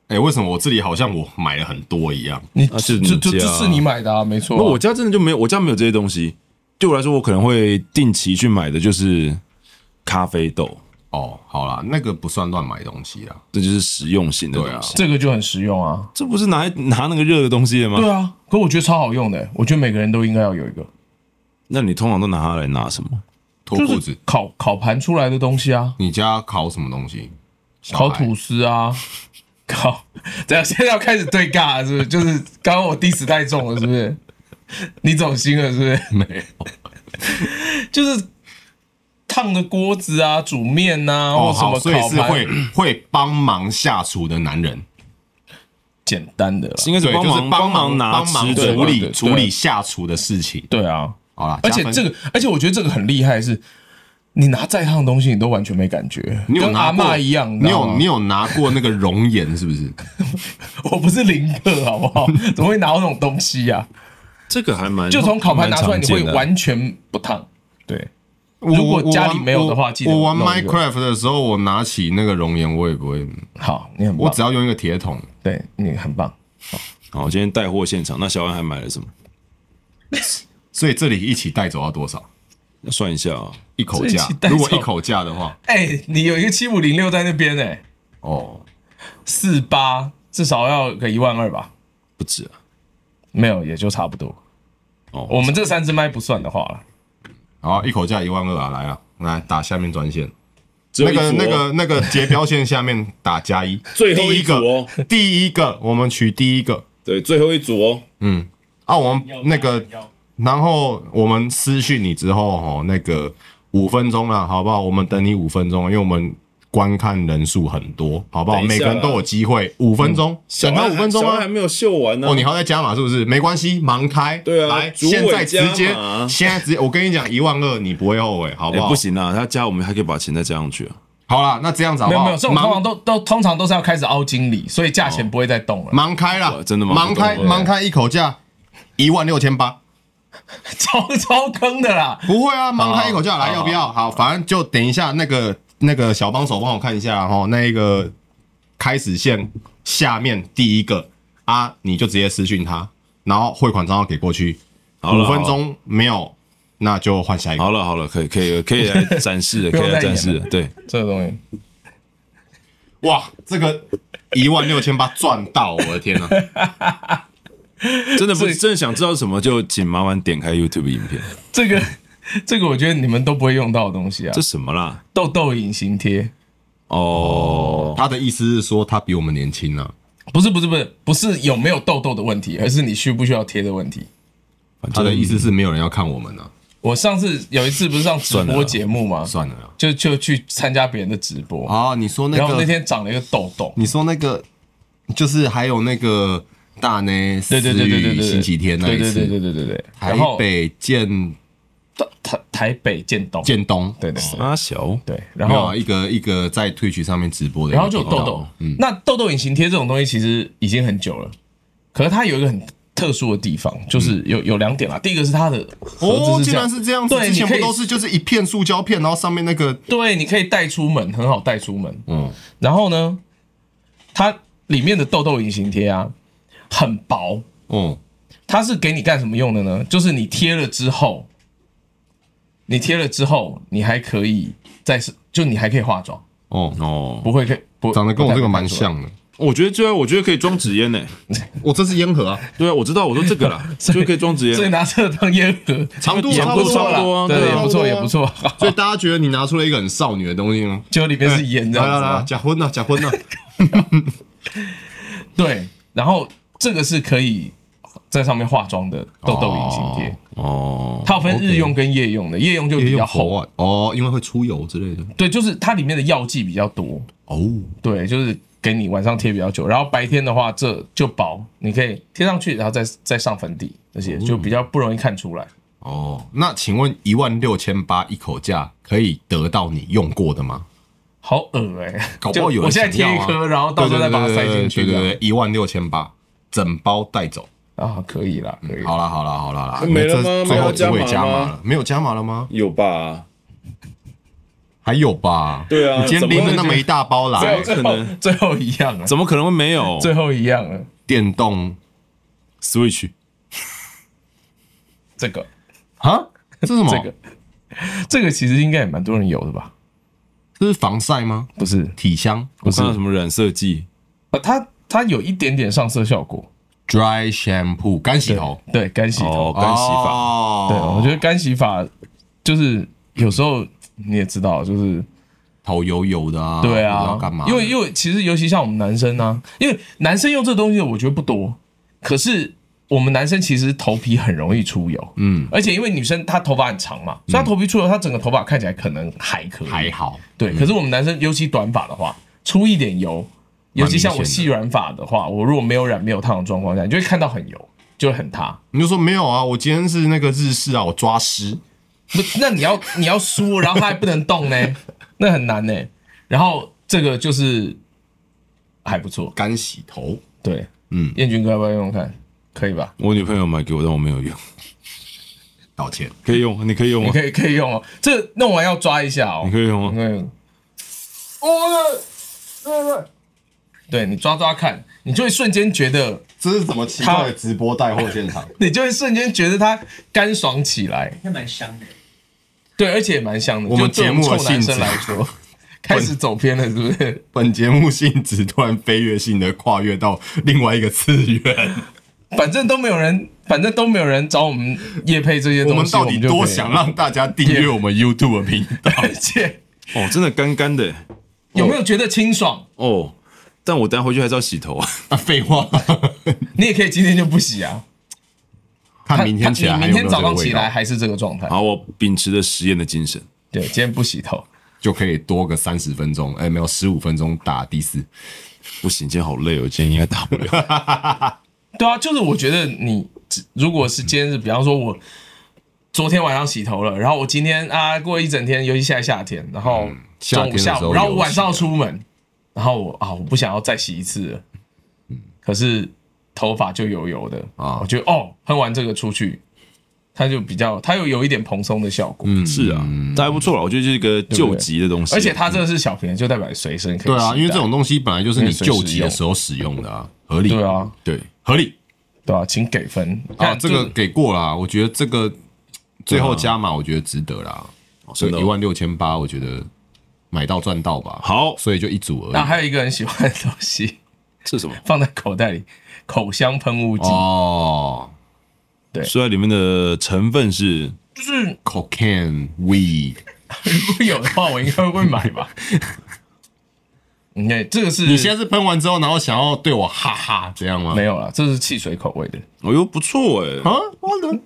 Speaker 1: 哎、为什么我这里好像我买了很多一样？
Speaker 3: 你
Speaker 2: 啊是
Speaker 3: 就
Speaker 2: 你
Speaker 3: 就这
Speaker 2: 家
Speaker 3: 是你买的啊，没错啊。
Speaker 2: 那我家真的就没有，我家没有这些东西。对我来说，我可能会定期去买的就是咖啡豆，
Speaker 1: 哦，好啦，那个不算乱买东西啊啦。
Speaker 2: 这就是实用性的
Speaker 1: 对啊
Speaker 2: 东西。
Speaker 3: 这个就很实用啊。
Speaker 2: 这不是拿来拿那个热的东西的吗？
Speaker 3: 对啊，可我觉得超好用的，我觉得每个人都应该要有一个，
Speaker 2: 那你通常都拿它来拿什么？
Speaker 1: 脱裤
Speaker 3: 就
Speaker 1: 子，
Speaker 3: 是烤烤盘出来的东西啊，
Speaker 1: 你家烤什么东西？小
Speaker 3: 烤
Speaker 1: 孩
Speaker 3: 吐司啊， 烤，这样现在要开始对尬了是不是？就是刚刚我 diss 太重了是不是？ 你走心了是不是？
Speaker 1: 没有？
Speaker 3: 就是烫的锅子啊，煮面呐、啊，
Speaker 1: 哦，
Speaker 3: 或什
Speaker 1: 好，
Speaker 3: 么
Speaker 1: 所以
Speaker 3: 烤
Speaker 1: 是
Speaker 3: 盘，
Speaker 1: 会 会帮忙下厨的男人，
Speaker 3: 简单的啦。
Speaker 2: 应该是
Speaker 1: 对，
Speaker 2: 帮
Speaker 1: 就是
Speaker 2: 忙
Speaker 1: 帮
Speaker 2: 忙拿
Speaker 1: 帮忙
Speaker 2: 吃
Speaker 3: 对
Speaker 2: 的
Speaker 1: 处
Speaker 2: 吧。
Speaker 3: 对
Speaker 1: 理
Speaker 3: 对
Speaker 1: 处理下厨的事情。
Speaker 3: 对啊，
Speaker 1: 好啦，
Speaker 3: 而且
Speaker 1: 加分
Speaker 3: 这个，而且我觉得这个很厉害是，你拿再烫的东西你都完全没感觉，
Speaker 1: 你有
Speaker 3: 跟
Speaker 1: 拿
Speaker 3: 阿
Speaker 1: 过
Speaker 3: 嬷一样，
Speaker 1: 你
Speaker 3: 知道
Speaker 1: 有
Speaker 3: 吗
Speaker 1: 你有拿过那个熔岩是不是？
Speaker 3: 我不是林克，好不好？ 怎么会拿到这种东西呀、啊？
Speaker 2: 这个还蛮
Speaker 3: 就从烤盘拿出来，
Speaker 2: 蛮
Speaker 3: 你
Speaker 2: 常
Speaker 3: 会
Speaker 2: 见的啊
Speaker 3: 完全不烫。对，
Speaker 1: 我
Speaker 3: 如果
Speaker 1: 我
Speaker 3: 家
Speaker 1: 玩
Speaker 3: 里没有的话
Speaker 1: 我
Speaker 3: 记得
Speaker 1: 我玩
Speaker 3: 弄一个
Speaker 1: Minecraft 的时候，我拿起那个熔岩，我也不会，
Speaker 3: 好，你很棒，
Speaker 1: 我只要用一个铁桶。
Speaker 3: 对你很棒。
Speaker 2: 好，今天带货现场，那小安还买了什么？
Speaker 1: 所以这里一起带走要多少？
Speaker 2: 要算一下啊，
Speaker 1: 一口
Speaker 3: 这一
Speaker 1: 价
Speaker 3: 起？带走
Speaker 1: 如果一口价的话，
Speaker 3: 哎、你有一个七五零六在那边哎、
Speaker 1: 哦，
Speaker 3: 四八至少要个一万二吧？
Speaker 2: 不止啊。
Speaker 3: 没有，也就差不多。
Speaker 2: 哦
Speaker 3: 我们这三支麦不算的话了，
Speaker 1: 好，一口价一万二啊，来啊，来打下面专线。
Speaker 2: 只有
Speaker 1: 那个
Speaker 2: 一组哦
Speaker 1: 那个那个截标线下面打加一，
Speaker 2: 最后
Speaker 1: 第
Speaker 2: 一
Speaker 1: 一
Speaker 2: 组
Speaker 1: 个
Speaker 2: 哦，
Speaker 1: 第一个我们取第一个
Speaker 2: 对，最后一组哦。
Speaker 1: 啊，我们
Speaker 4: 要
Speaker 1: 那个，
Speaker 4: 要
Speaker 1: 然后我们私讯你之后哦，那个五分钟啦，好不好？我们等你五分钟，因为我们观看人数很多，好不好？
Speaker 2: 等一下
Speaker 1: 每
Speaker 2: 啦嗯
Speaker 1: 个人都有机会，五分钟，
Speaker 2: 小
Speaker 1: 等他
Speaker 2: 安
Speaker 1: 五分钟
Speaker 2: 小安
Speaker 1: 啊
Speaker 2: 还。没有秀完呢。哎
Speaker 1: 哦，你还要再加码是不是？没关系，盲开。
Speaker 2: 对啊
Speaker 1: 来，
Speaker 2: 主委
Speaker 1: 现在直接
Speaker 2: 加码，
Speaker 1: 现在直接，我跟你讲，一万二你不会后悔，好
Speaker 2: 哎
Speaker 1: 不好？
Speaker 2: 不，行啊，他加我们还可以把钱再加上去啊。
Speaker 1: 好啦，那这样子好
Speaker 3: 没
Speaker 1: 不
Speaker 3: 有
Speaker 1: 好？
Speaker 3: 没有，这种通
Speaker 1: 盲
Speaker 3: 常都都通常都是要开始凹经理，所以价钱不会再动了。
Speaker 1: 盲开了，
Speaker 2: 哇真的吗
Speaker 1: 盲开
Speaker 2: 不懂
Speaker 1: 盲开一口价一万六千八，
Speaker 3: 超超坑的啦！
Speaker 1: 不会啊，盲开一口价来
Speaker 2: 好
Speaker 1: 要不要？好，反正就等一下那个那个小帮手帮我看一下哈，那一个开始线下面第一个啊，你就直接私讯他，然后汇款账号给过去，
Speaker 2: 好了
Speaker 1: 五分钟没有，那就换下一个。
Speaker 2: 好了好了，可以可以可以来展示了，
Speaker 3: 不
Speaker 2: 可
Speaker 3: 用
Speaker 2: 以来
Speaker 3: 再
Speaker 2: 展
Speaker 3: 演
Speaker 2: 示
Speaker 3: 了
Speaker 2: 了。对，
Speaker 3: 这个东西，
Speaker 1: 哇，这个一万六千八赚到，我的天啊！
Speaker 2: 真的不
Speaker 3: 所以
Speaker 2: 真的想知道什么，就请麻烦点开 YouTube 影片。
Speaker 3: 这个 这个，我觉得你们都不会用到的东西啊
Speaker 2: 这。什么啦？
Speaker 3: 痘痘隐形贴，
Speaker 2: 哦，
Speaker 1: 他的意思是说他比我们年轻啊，
Speaker 3: 不是不是不是不是有没有痘痘的问题，而是你需不需要贴的问题。
Speaker 2: 反
Speaker 1: 他
Speaker 2: 正哦
Speaker 1: 的意思是没有人要看我们啊，
Speaker 3: 我上次有一次不是上直播节目嘛，
Speaker 1: 算了啦。
Speaker 3: 就就去参加别人的直播，
Speaker 1: 哦，你说那
Speaker 3: 然后
Speaker 1: 个
Speaker 3: 那天长了一个痘痘，
Speaker 1: 你说那个就是还有那个大内
Speaker 3: 对对对对对对，对
Speaker 1: 星期天那一
Speaker 3: 对
Speaker 1: 次，
Speaker 3: 对对对对对对，
Speaker 1: 台
Speaker 3: 然后
Speaker 1: 北建
Speaker 3: 台台北渐冻，
Speaker 1: 建东，
Speaker 3: 对对对
Speaker 2: 阿小
Speaker 3: 对，然
Speaker 1: 没
Speaker 3: 后
Speaker 1: 有一个一个在 Twitch 上面直播的一
Speaker 3: 然
Speaker 1: 个频道，
Speaker 3: 后就有痘痘。
Speaker 1: 嗯
Speaker 3: 那痘痘隐形贴这种东西其实已经很久了，可是它有一个很特殊的地方，就是有有两点啦。第一个是它的盒
Speaker 1: 嗯哦，竟
Speaker 3: 子是这
Speaker 1: 然
Speaker 3: 样，
Speaker 1: 是这样子，
Speaker 3: 对
Speaker 1: 之前
Speaker 3: 你可
Speaker 1: 不
Speaker 3: 以
Speaker 1: 都是就是一片塑胶片，然后上面那个
Speaker 3: 对，你可以带出门，很好带出门。
Speaker 1: 嗯
Speaker 3: 然后呢，它里面的痘痘隐形贴啊，很薄，
Speaker 1: 哦
Speaker 3: 它是给你干什么用的呢？就是你贴了之后，你贴了之后，你还可以再是，就你还可以化妆，
Speaker 1: 哦，
Speaker 2: 哦，
Speaker 3: 不会可不
Speaker 1: 长得跟我这个蛮。
Speaker 3: 不太会看出来
Speaker 1: 像的。
Speaker 2: 我觉得对啊，我觉得可以装纸烟呢。
Speaker 1: 我这是烟盒啊，
Speaker 2: 对啊，我知道，我说这个啦，就可以装纸
Speaker 3: 所以
Speaker 2: 烟。
Speaker 3: 拿这个当烟盒，
Speaker 1: 长度
Speaker 3: 也
Speaker 1: 差
Speaker 3: 不
Speaker 1: 不
Speaker 3: 错
Speaker 1: 多
Speaker 2: 差
Speaker 3: 啦
Speaker 2: 不多啊，
Speaker 3: 对，
Speaker 2: 对
Speaker 3: 也
Speaker 2: 啊
Speaker 3: 不错，也不错。
Speaker 1: 所以大家觉得你拿出了一个很少女的东西吗？
Speaker 3: 就里面是盐这
Speaker 1: 来来
Speaker 3: 样
Speaker 1: 来，
Speaker 3: 子。啊
Speaker 1: 假婚呐，啊 假婚呐！
Speaker 3: 对，然后这个是可以在上面化妆的痘痘隐形贴，
Speaker 2: 哦，
Speaker 3: 它有分日用跟夜用的，夜用就
Speaker 1: 也
Speaker 3: 比较
Speaker 1: 有
Speaker 3: 厚，
Speaker 1: 外哦，因为会出油之类的
Speaker 3: 对，就是它里面的药剂比较多，
Speaker 1: 哦。
Speaker 3: 对，就是给你晚上贴比较久，然后白天的话这就薄，你可以贴上去，然后再再上粉底，那些就比较不容易看出来。
Speaker 1: 哦，那请问一万六千八一口价可以得到你用过的吗？
Speaker 3: 好恶哎、
Speaker 1: 搞不好
Speaker 3: 就
Speaker 1: 有人
Speaker 3: 我现在贴
Speaker 1: 想
Speaker 3: 一
Speaker 1: 要啊
Speaker 3: 颗，然后到时候再把它塞进去，
Speaker 1: 对
Speaker 3: 这
Speaker 1: 对
Speaker 3: 样
Speaker 1: 对，一万六千八，整包带走。
Speaker 3: 啊，可以啦，可以。
Speaker 1: 嗯好啦好啦好啦啦，
Speaker 2: 没了吗
Speaker 1: 这
Speaker 2: 没
Speaker 1: 最
Speaker 2: 有
Speaker 1: 后只
Speaker 2: 加码
Speaker 1: 会
Speaker 2: 吗
Speaker 1: 加码了，没有加码了吗？
Speaker 2: 有吧？
Speaker 1: 还有吧？
Speaker 2: 对啊
Speaker 1: 你今天
Speaker 2: 怎么
Speaker 1: 拎
Speaker 2: 会
Speaker 1: 了那么一大包来，
Speaker 3: 最
Speaker 2: 可
Speaker 3: 后
Speaker 2: 能
Speaker 3: 最后一样了，
Speaker 2: 怎么可能会没有
Speaker 3: 最后一样啊了，
Speaker 1: 电动
Speaker 2: ？Switch
Speaker 3: 这个
Speaker 1: 啊？这是什么？
Speaker 3: 这个这个其实应该也蛮多人有的吧？
Speaker 1: 这是防晒吗？
Speaker 3: 不是，
Speaker 1: 体香
Speaker 2: 我看到什么染色剂？
Speaker 3: 呃，它它有一点点上色效果，
Speaker 1: dry shampoo 干洗头，
Speaker 3: 对，干洗头
Speaker 2: 哦，，干洗法。
Speaker 1: 哦
Speaker 3: 对，我觉得干洗法就是有时候你也知道，就是
Speaker 1: 头油油的啊，
Speaker 3: 对
Speaker 1: 不知
Speaker 3: 啊
Speaker 1: 道，干嘛？
Speaker 3: 因为因为其实尤其像我们男生啊，因为男生用这东西的我觉得不多，可是我们男生其实头皮很容易出油，嗯，而且因为女生她头发很长嘛，所以她头皮出油，她整个头发看起来可能还可以，
Speaker 1: 嗯还好，嗯
Speaker 3: 对，可是我们男生尤其短发的话，出一点油，尤其像我
Speaker 1: 明显
Speaker 3: 细软发的话，我如果没有染没有烫的状况下，你就会看到很油，就会很塌。
Speaker 1: 你就说没有啊，我今天是那个日式啊，我抓湿，
Speaker 3: 不，那你要 你要梳，然后它还不能动呢，那很难呢。然后这个就是还不错，
Speaker 1: 干洗头，
Speaker 3: 对，
Speaker 1: 嗯，
Speaker 3: 燕军哥要不要用用看？可以吧？
Speaker 2: 我女朋友买给我，但我没有用。
Speaker 1: 道歉，
Speaker 2: 可以用，你可以用
Speaker 3: 你
Speaker 2: 吗？
Speaker 3: 可以可以用哦，这个弄完要抓一下哦
Speaker 2: 你。可以 用吗？啊
Speaker 3: 嗯，哦对你抓抓看，你就会瞬间觉得，
Speaker 1: 这是什么奇怪的直播带货现场？
Speaker 3: 你就会瞬间觉得它干爽起来。
Speaker 4: 还蛮香的。
Speaker 3: 对，而且也蛮像的。
Speaker 1: 我们
Speaker 3: 就对
Speaker 1: 节目的
Speaker 3: 臭男
Speaker 1: 性
Speaker 3: 生
Speaker 1: 质
Speaker 3: 来 说，开始走偏了，是不是？
Speaker 1: 本节目性质突然飞跃性的跨越到另外一个次元，
Speaker 3: 反正都没有人，反正都没有人找我们夜配这些
Speaker 1: 我
Speaker 3: 东
Speaker 1: 们
Speaker 3: 西，
Speaker 1: 到底
Speaker 3: 就
Speaker 1: 多
Speaker 3: 可以
Speaker 1: 想？让大家订阅我们 YouTube 的频道？
Speaker 3: 而且
Speaker 2: 哦，真的干干的
Speaker 3: 有没有觉得清爽？
Speaker 2: 哦。但我等下回去还是要洗头啊。
Speaker 1: 啊废话，
Speaker 3: 你也可以今天就不洗啊，
Speaker 1: 看啊明天起来
Speaker 3: 你
Speaker 1: 还
Speaker 3: 明
Speaker 1: 有没有
Speaker 3: 天
Speaker 1: 这
Speaker 3: 早
Speaker 1: 个
Speaker 3: 上起
Speaker 1: 味道哦
Speaker 3: 来，还是这个状态。
Speaker 2: 好，我秉持着实验的精神。
Speaker 3: 对，今天不洗头，
Speaker 1: 就可以多个三十分钟，哎，没有十五分钟打第四。
Speaker 2: 不行，今天好累哦，今天应该打不了。
Speaker 3: 对啊，就是我觉得你如果是今天是，比方说我昨天晚上洗头了，然后我今天啊过一整天，尤其现在夏天，然后
Speaker 1: 嗯夏
Speaker 3: 中
Speaker 1: 天
Speaker 3: 午
Speaker 1: 的时
Speaker 3: 下
Speaker 1: 候
Speaker 3: 午，然后我
Speaker 1: 有
Speaker 3: 晚上要
Speaker 1: 洗
Speaker 3: 出门，然后我啊我不想要再洗一次了，可是头发就油油的
Speaker 1: 嗯啊
Speaker 3: 我觉得哦喷完这个出去，它就比较它又有一点蓬松的效果，
Speaker 1: 嗯
Speaker 2: 是啊，但还不错了，我觉得这是一个救急的东西。
Speaker 3: 而且它这个是小瓶的，就代表随身可以
Speaker 1: 嗯对啊，
Speaker 3: 携
Speaker 1: 因为这
Speaker 3: 带
Speaker 1: 种东西本来就是你救急的时候使用的啊，合理。
Speaker 3: 对，啊
Speaker 1: 对，合理
Speaker 3: 对啊，请给分
Speaker 1: 啊，
Speaker 3: 看
Speaker 1: 这
Speaker 3: 就
Speaker 1: 个啊给过啦，我觉得这个最后加码，我觉得值得啦。所以
Speaker 2: 真的
Speaker 1: 一
Speaker 2: 哦
Speaker 1: 万六千八，我觉得买到赚到吧。
Speaker 2: 好
Speaker 1: 所以就一组而
Speaker 3: 那
Speaker 1: 已。
Speaker 3: 还有一个很喜欢的东西。
Speaker 2: 是什么？
Speaker 3: 放在口袋里，口香喷雾剂，
Speaker 1: 哦
Speaker 2: 虽然里面的成分是
Speaker 3: 就是如
Speaker 1: ，cocaine weed，
Speaker 3: 果有的话，我应该会买 吧。你看，这个是
Speaker 1: 你现在是喷完之后，然后想要对我哈哈这样吗？
Speaker 3: 没有了，这是汽水口味的，
Speaker 2: 哦哟不错哎，
Speaker 1: 啊，我的，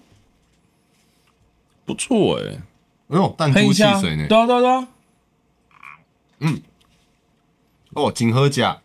Speaker 2: 不错哎，
Speaker 1: 哎呦，弹
Speaker 3: 喷
Speaker 1: 珠
Speaker 3: 一
Speaker 1: 汽
Speaker 3: 下啊，
Speaker 1: 水呢
Speaker 3: 对？啊对啊对啊，
Speaker 1: 哦，锦喝甲，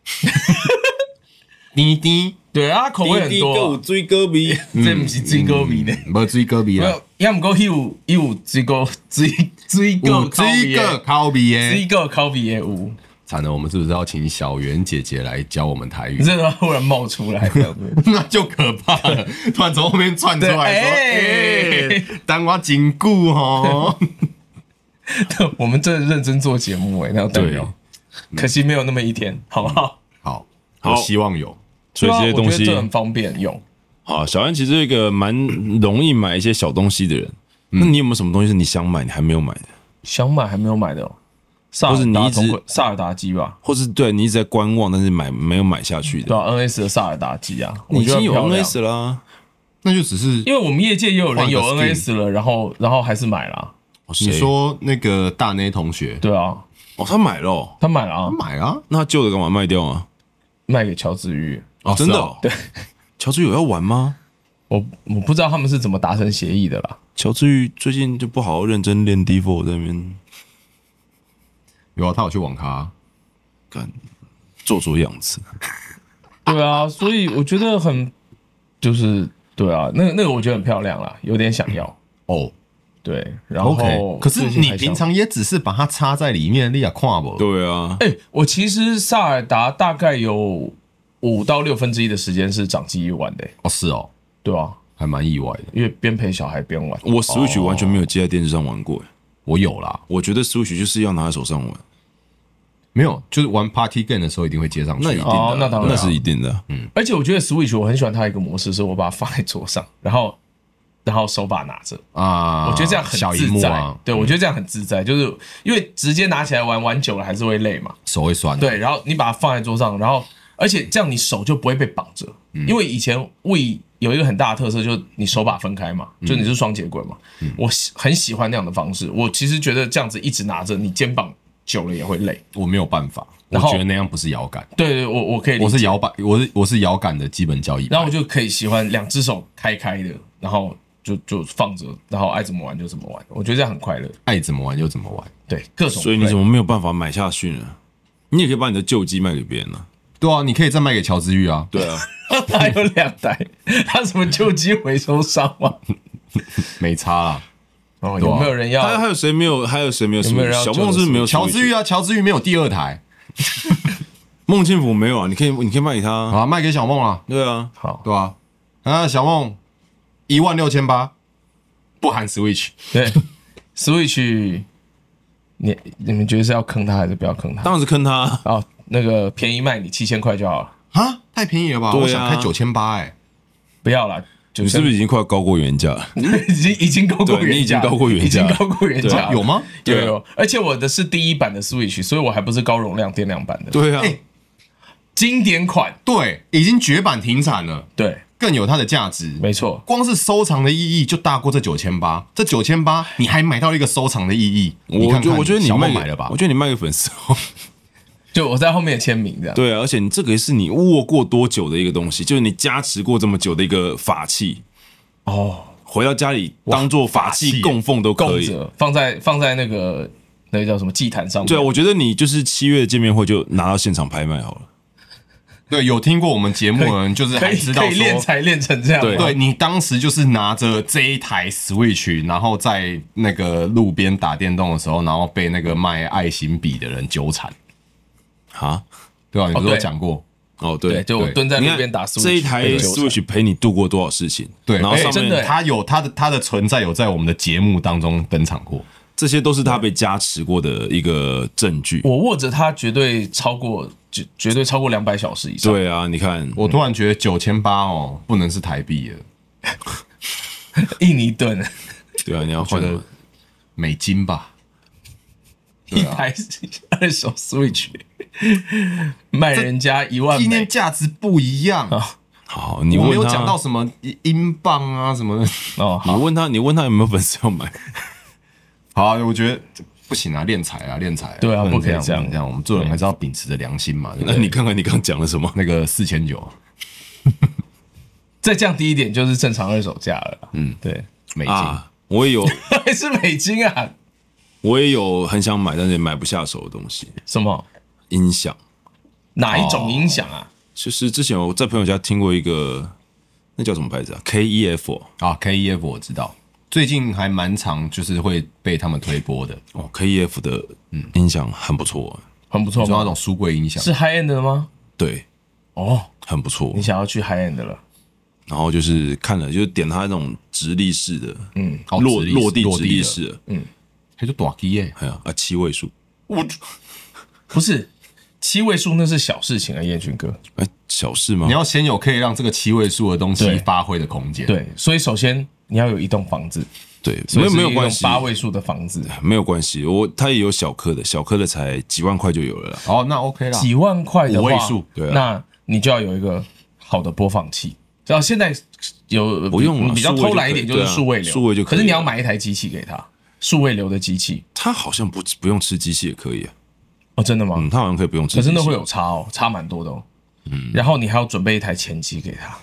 Speaker 1: 滴滴，
Speaker 3: 对啊，口味很多啊、
Speaker 2: 追歌迷，
Speaker 3: 这不是最高米呢。
Speaker 1: 没追戈壁
Speaker 3: 没
Speaker 1: 了
Speaker 3: 有，，要么够有有最高最最高
Speaker 1: 有追个靠鼻耶
Speaker 3: 最。高烤比也无，
Speaker 1: 惨了，我们是不是要请小圆姐姐来教我们台语
Speaker 3: 你？这个忽然冒出来 的，
Speaker 1: 那就可怕了，突然从后面窜出来说：“
Speaker 3: 对哎
Speaker 1: 哎，当我紧固哦。
Speaker 3: 我们真的认真做节目哎、那要代
Speaker 2: 对
Speaker 3: 表，可惜没有那么一天，好不好？”
Speaker 1: 好，
Speaker 2: 好
Speaker 1: 我希望有。
Speaker 2: 所以这些东
Speaker 3: 对啊我觉得
Speaker 2: 西
Speaker 3: 这很方便用。
Speaker 2: 啊，小安其实是一个蛮容易买一些小东西的人。那你有没有什么东西是你想买你还没有买的，
Speaker 3: 想买还没有买的、哦，萨尔
Speaker 2: 是你
Speaker 3: 达
Speaker 2: 一直
Speaker 3: 同款萨尔达机吧，
Speaker 2: 或是对你一直在观望，但是买没有买下去
Speaker 3: 对
Speaker 2: 的？
Speaker 3: 吧、n s 的萨尔达机啊，
Speaker 2: 啊你
Speaker 3: 我
Speaker 2: 已
Speaker 3: 觉得
Speaker 2: 经有
Speaker 3: 很漂亮
Speaker 2: NS 了啊，
Speaker 1: 那就只是
Speaker 3: 因为我们业界也有人有
Speaker 1: 换个
Speaker 3: NS 了，然后然后还是买了啊、
Speaker 2: 哦
Speaker 1: 你
Speaker 2: 谁
Speaker 1: 说那个大内同学
Speaker 3: 对啊，
Speaker 2: 哦，他买了哦，
Speaker 3: 他买了啊，
Speaker 1: 买啊，
Speaker 2: 那他旧的干嘛卖掉啊？
Speaker 3: 卖给乔治玉，
Speaker 1: 哦
Speaker 2: 真的
Speaker 1: 是
Speaker 2: 哦？对，乔治有要玩吗？
Speaker 3: 我我不知道他们是怎么达成协议的啦。
Speaker 2: 乔治玉最近就不好好认真练 D four 在那边
Speaker 1: 有啊，他有去网咖啊、
Speaker 2: 干，做做样子。
Speaker 3: 对啊，所以我觉得很就是对啊，那那个我觉得很漂亮啦，有点想要。
Speaker 1: 哦。
Speaker 3: 对，然后
Speaker 1: OK，可是
Speaker 3: 最近
Speaker 1: 你
Speaker 3: 还
Speaker 1: 平
Speaker 3: 想
Speaker 1: 常也只是把它插在里面，你也跨不？
Speaker 2: 对啊，
Speaker 3: 哎、我其实萨尔达大概有五到六分之一的时间是掌机玩的、
Speaker 1: 哦，是哦，
Speaker 3: 对啊，
Speaker 1: 还蛮意外的。
Speaker 3: 因为边陪小孩边玩。
Speaker 2: 我 Switch
Speaker 3: 哦
Speaker 2: 完全没有接在电视上玩过。哎
Speaker 1: 我有啦，
Speaker 2: 我觉得 Switch 就是要拿在手上玩，
Speaker 1: 没有，就是玩 Party Game 的时候一定会接上去啊。
Speaker 2: 那一定的
Speaker 3: 哦
Speaker 2: 啊，
Speaker 3: 那当然啊
Speaker 2: 那是一定的啊。
Speaker 3: 而且我觉得 Switch 我很喜欢它一个模式，是我把它放在桌上，然后然后手把拿着，
Speaker 1: 啊，
Speaker 3: 我觉得这样很
Speaker 1: 小荧
Speaker 3: 自
Speaker 1: 幕
Speaker 3: 在。
Speaker 1: 啊，
Speaker 3: 对，我觉得这样很自在，就是因为直接拿起来玩，玩久了还是会累嘛。
Speaker 1: 手会酸。，
Speaker 3: 对，然后你把它放在桌上，然后而且这样你手就不会被绑着，因为以前 We 有一个很大的特色，就是你手把分开嘛，就你是双节棍嘛。我喜很喜欢那样的方式，我其实觉得这样子一直拿着，你肩膀久了也会累。
Speaker 1: 我没有办法，我
Speaker 3: 然后
Speaker 1: 觉得那样不是摇杆，
Speaker 3: 对对，我我可以理解，
Speaker 1: 我是摇摆，我是我是摇杆的基本交易。
Speaker 3: 然后我就可以喜欢两只手开开的，然后就就放着，然后爱怎么玩就怎么玩，我觉得这样很快乐。
Speaker 1: 爱怎么玩就怎么玩。
Speaker 3: 对，各种
Speaker 2: 所以你
Speaker 3: play
Speaker 2: 怎么没有办法买下去呢？你也可以把你的旧机卖给别人呢、
Speaker 1: 对啊，你可以再卖给乔治玉啊。
Speaker 2: 对啊，
Speaker 3: 他有两台，他什么旧机回收商嘛？
Speaker 1: 没差啦。
Speaker 3: 哦，
Speaker 1: 对啊
Speaker 3: 有没有人
Speaker 2: 还还
Speaker 3: 要？
Speaker 2: 有谁没有？还有谁没有
Speaker 3: 有没有人
Speaker 2: Switch？
Speaker 3: 要
Speaker 2: 小梦是不是没有 Switch？
Speaker 1: 乔治玉啊，乔治玉没有第二台，
Speaker 2: 孟庆福没有啊？你可以，你可以卖给他啊。
Speaker 1: 好啊，卖给小梦啊，
Speaker 2: 对啊，
Speaker 3: 好，
Speaker 1: 对吧、啊？啊，小梦一万六千八，不含 Switch，
Speaker 3: 对，Switch，你你们觉得是要坑他还是不要坑他？
Speaker 2: 当然是坑他啊。
Speaker 3: 哦，那个便宜卖你七千块就好了，
Speaker 1: 啊，太便宜了吧？
Speaker 2: 对啊
Speaker 1: 我想开九千八，哎，
Speaker 3: 不要啦。
Speaker 2: 你
Speaker 3: 你
Speaker 2: 是不是已经快要高过原价了？
Speaker 3: 已经已经高过
Speaker 2: 对你
Speaker 3: 原
Speaker 2: 已经
Speaker 3: 价？
Speaker 2: 高过原价
Speaker 3: 已经高过原
Speaker 2: 对啊
Speaker 3: 价了，
Speaker 1: 有吗？
Speaker 3: 有
Speaker 2: 对
Speaker 3: 有，而且我的是第一版的 Switch，所以我还不是高容量电量版 的，
Speaker 2: 对啊，
Speaker 1: 哎
Speaker 3: 经典款。
Speaker 1: 对，已经绝版停产了，
Speaker 3: 对，
Speaker 1: 更有它的价值。
Speaker 3: 没错，
Speaker 1: 光是收藏的意义就大过这九千八，这九千八你还买到一个收藏的意义，你
Speaker 2: 我
Speaker 1: 看
Speaker 2: 觉
Speaker 1: 看
Speaker 2: 我觉得你
Speaker 1: 小
Speaker 2: 卖
Speaker 1: 梦
Speaker 2: 给
Speaker 1: 买了吧
Speaker 2: 我？觉得你卖给粉丝哦。
Speaker 3: 就我在后面签名这样。
Speaker 2: 对啊，而且你这个也是你握过多久的一个东西，就是你加持过这么久的一个法器，
Speaker 3: 哦，
Speaker 2: 回到家里当做法
Speaker 1: 法器
Speaker 2: 器供奉都可
Speaker 3: 供
Speaker 2: 以。
Speaker 3: 着放在放在那个那个叫什么祭坛上面。
Speaker 2: 对啊，我觉得你就是七月见面会就拿到现场拍卖好了。
Speaker 1: 对，有听过我们节目的人，就是
Speaker 3: 可
Speaker 1: 还
Speaker 3: 以
Speaker 1: 知道
Speaker 3: 可以练
Speaker 1: 说，
Speaker 3: 才练成这样吗。
Speaker 2: 对
Speaker 1: 对你当时就是拿着这一台 Switch，然后在那个路边打电动的时候，然后被那个卖爱心笔的人纠缠，
Speaker 2: 啊，
Speaker 1: 对吧、你不是有
Speaker 3: 对
Speaker 1: 讲过？
Speaker 2: 哦
Speaker 3: 对，
Speaker 2: 对，
Speaker 3: 就我
Speaker 1: 对
Speaker 3: 蹲在
Speaker 2: 你
Speaker 3: 路
Speaker 2: 看
Speaker 3: 边打 Switch，
Speaker 2: 这一台
Speaker 3: 很久
Speaker 2: Switch 陪你度过多少事情？
Speaker 1: 对，
Speaker 2: 然后
Speaker 1: 哎
Speaker 2: 上
Speaker 3: 真的
Speaker 2: 面
Speaker 3: 欸
Speaker 1: 它有它的它的存在，有在我们的节目当中登场过。
Speaker 2: 这些都是他被加持过的一个证据。
Speaker 3: 我握着它绝对超过绝绝对超过两百小时以上。
Speaker 2: 对啊，你看，
Speaker 1: 我突然觉得九千八哦，不能是台币了，
Speaker 3: 印尼盾
Speaker 2: 对啊，你要换
Speaker 1: 我觉得美金吧。
Speaker 3: 一
Speaker 2: 啊
Speaker 3: 台二手 Switch 卖人家一万
Speaker 1: 纪念
Speaker 3: 美，
Speaker 1: 价值不一样。
Speaker 2: 好，你
Speaker 1: 我没
Speaker 2: 问
Speaker 1: 有
Speaker 2: 他
Speaker 1: 讲到什么英镑啊什么的。
Speaker 3: 哦，好
Speaker 2: 你问他，你问他有没有粉丝要买？
Speaker 1: 好啊，我觉得这不行啊，练财啊，练财啊。
Speaker 3: 对啊
Speaker 1: 不能
Speaker 3: 不可以
Speaker 1: 这
Speaker 3: 这
Speaker 1: 样，不
Speaker 3: 样
Speaker 1: 能这样我们做人还是要秉持着良心嘛。对不
Speaker 2: 那
Speaker 1: 对
Speaker 2: 你看看你刚讲了什么？
Speaker 1: 那个四千九啊
Speaker 3: 再降低一点就是正常二手价了啦。嗯，对，
Speaker 1: 美金，
Speaker 2: 啊，我也有，
Speaker 3: 还是美金啊？
Speaker 2: 我也有很想买，但是也买不下手的东西。
Speaker 3: 什么？
Speaker 2: 音响，
Speaker 3: 哪一种音响
Speaker 2: 哦
Speaker 3: 啊？
Speaker 2: 就是之前我在朋友家听过一个，那叫什么牌子啊？KEF 哦
Speaker 1: 啊，KEF 我知道，最近还蛮常就是会被他们推播的，
Speaker 2: 哦，KEF 的
Speaker 1: 嗯
Speaker 2: 音响很不错，啊
Speaker 3: 很不错
Speaker 1: 你说那
Speaker 3: 吗？
Speaker 1: 种书柜音响
Speaker 3: 是 high end 的吗？
Speaker 2: 对，
Speaker 3: 哦，
Speaker 2: 很不错
Speaker 3: 你。想要去 high end 的了。
Speaker 2: 然后就是看了，就是点它那种直立式的，嗯，
Speaker 1: 哦
Speaker 2: 落
Speaker 1: 直立式
Speaker 2: 落地
Speaker 1: 落
Speaker 2: 直
Speaker 1: 地
Speaker 2: 立
Speaker 1: 的嗯
Speaker 2: 式的，
Speaker 1: 它就短机耶，
Speaker 2: 哎呀啊，七位数，
Speaker 3: 不是七位数，那是小事情啊，燕军哥。
Speaker 2: 哎，小事吗
Speaker 1: 你？要先有可以让这个七位数的东西
Speaker 3: 对
Speaker 1: 发挥的空间。，
Speaker 3: 对，所以首先你要有一栋房子，
Speaker 2: 对，没
Speaker 3: 所以
Speaker 2: 有
Speaker 3: 是
Speaker 2: 没有
Speaker 3: 一栋
Speaker 2: 关系，
Speaker 3: 八位数的房子，
Speaker 2: 没有关系，我它也有小颗的，小颗的才几万块就有了啦。
Speaker 1: 哦，那 OK
Speaker 2: 啊
Speaker 1: 啦。
Speaker 3: 几万块的话
Speaker 1: 五位数
Speaker 2: 对啊
Speaker 3: 那你就要有一个好的播放器。然后现在有嗯
Speaker 2: 不用啊
Speaker 3: 比比较
Speaker 2: 数位就
Speaker 3: 偷懒一
Speaker 2: 可以
Speaker 3: 点，就是
Speaker 2: 对啊
Speaker 3: 数位流，
Speaker 2: 数位就可以
Speaker 3: 可是你要
Speaker 2: 了
Speaker 3: 买一台机器给他，数位流的机器
Speaker 2: 它好像不不用吃机器也可以啊，
Speaker 3: 哦，真的吗？
Speaker 2: 嗯，它好像可以不用吃
Speaker 3: 可
Speaker 2: 机器，
Speaker 3: 是那会有差哦，差蛮多的哦。然后你还要准备一台前机给他，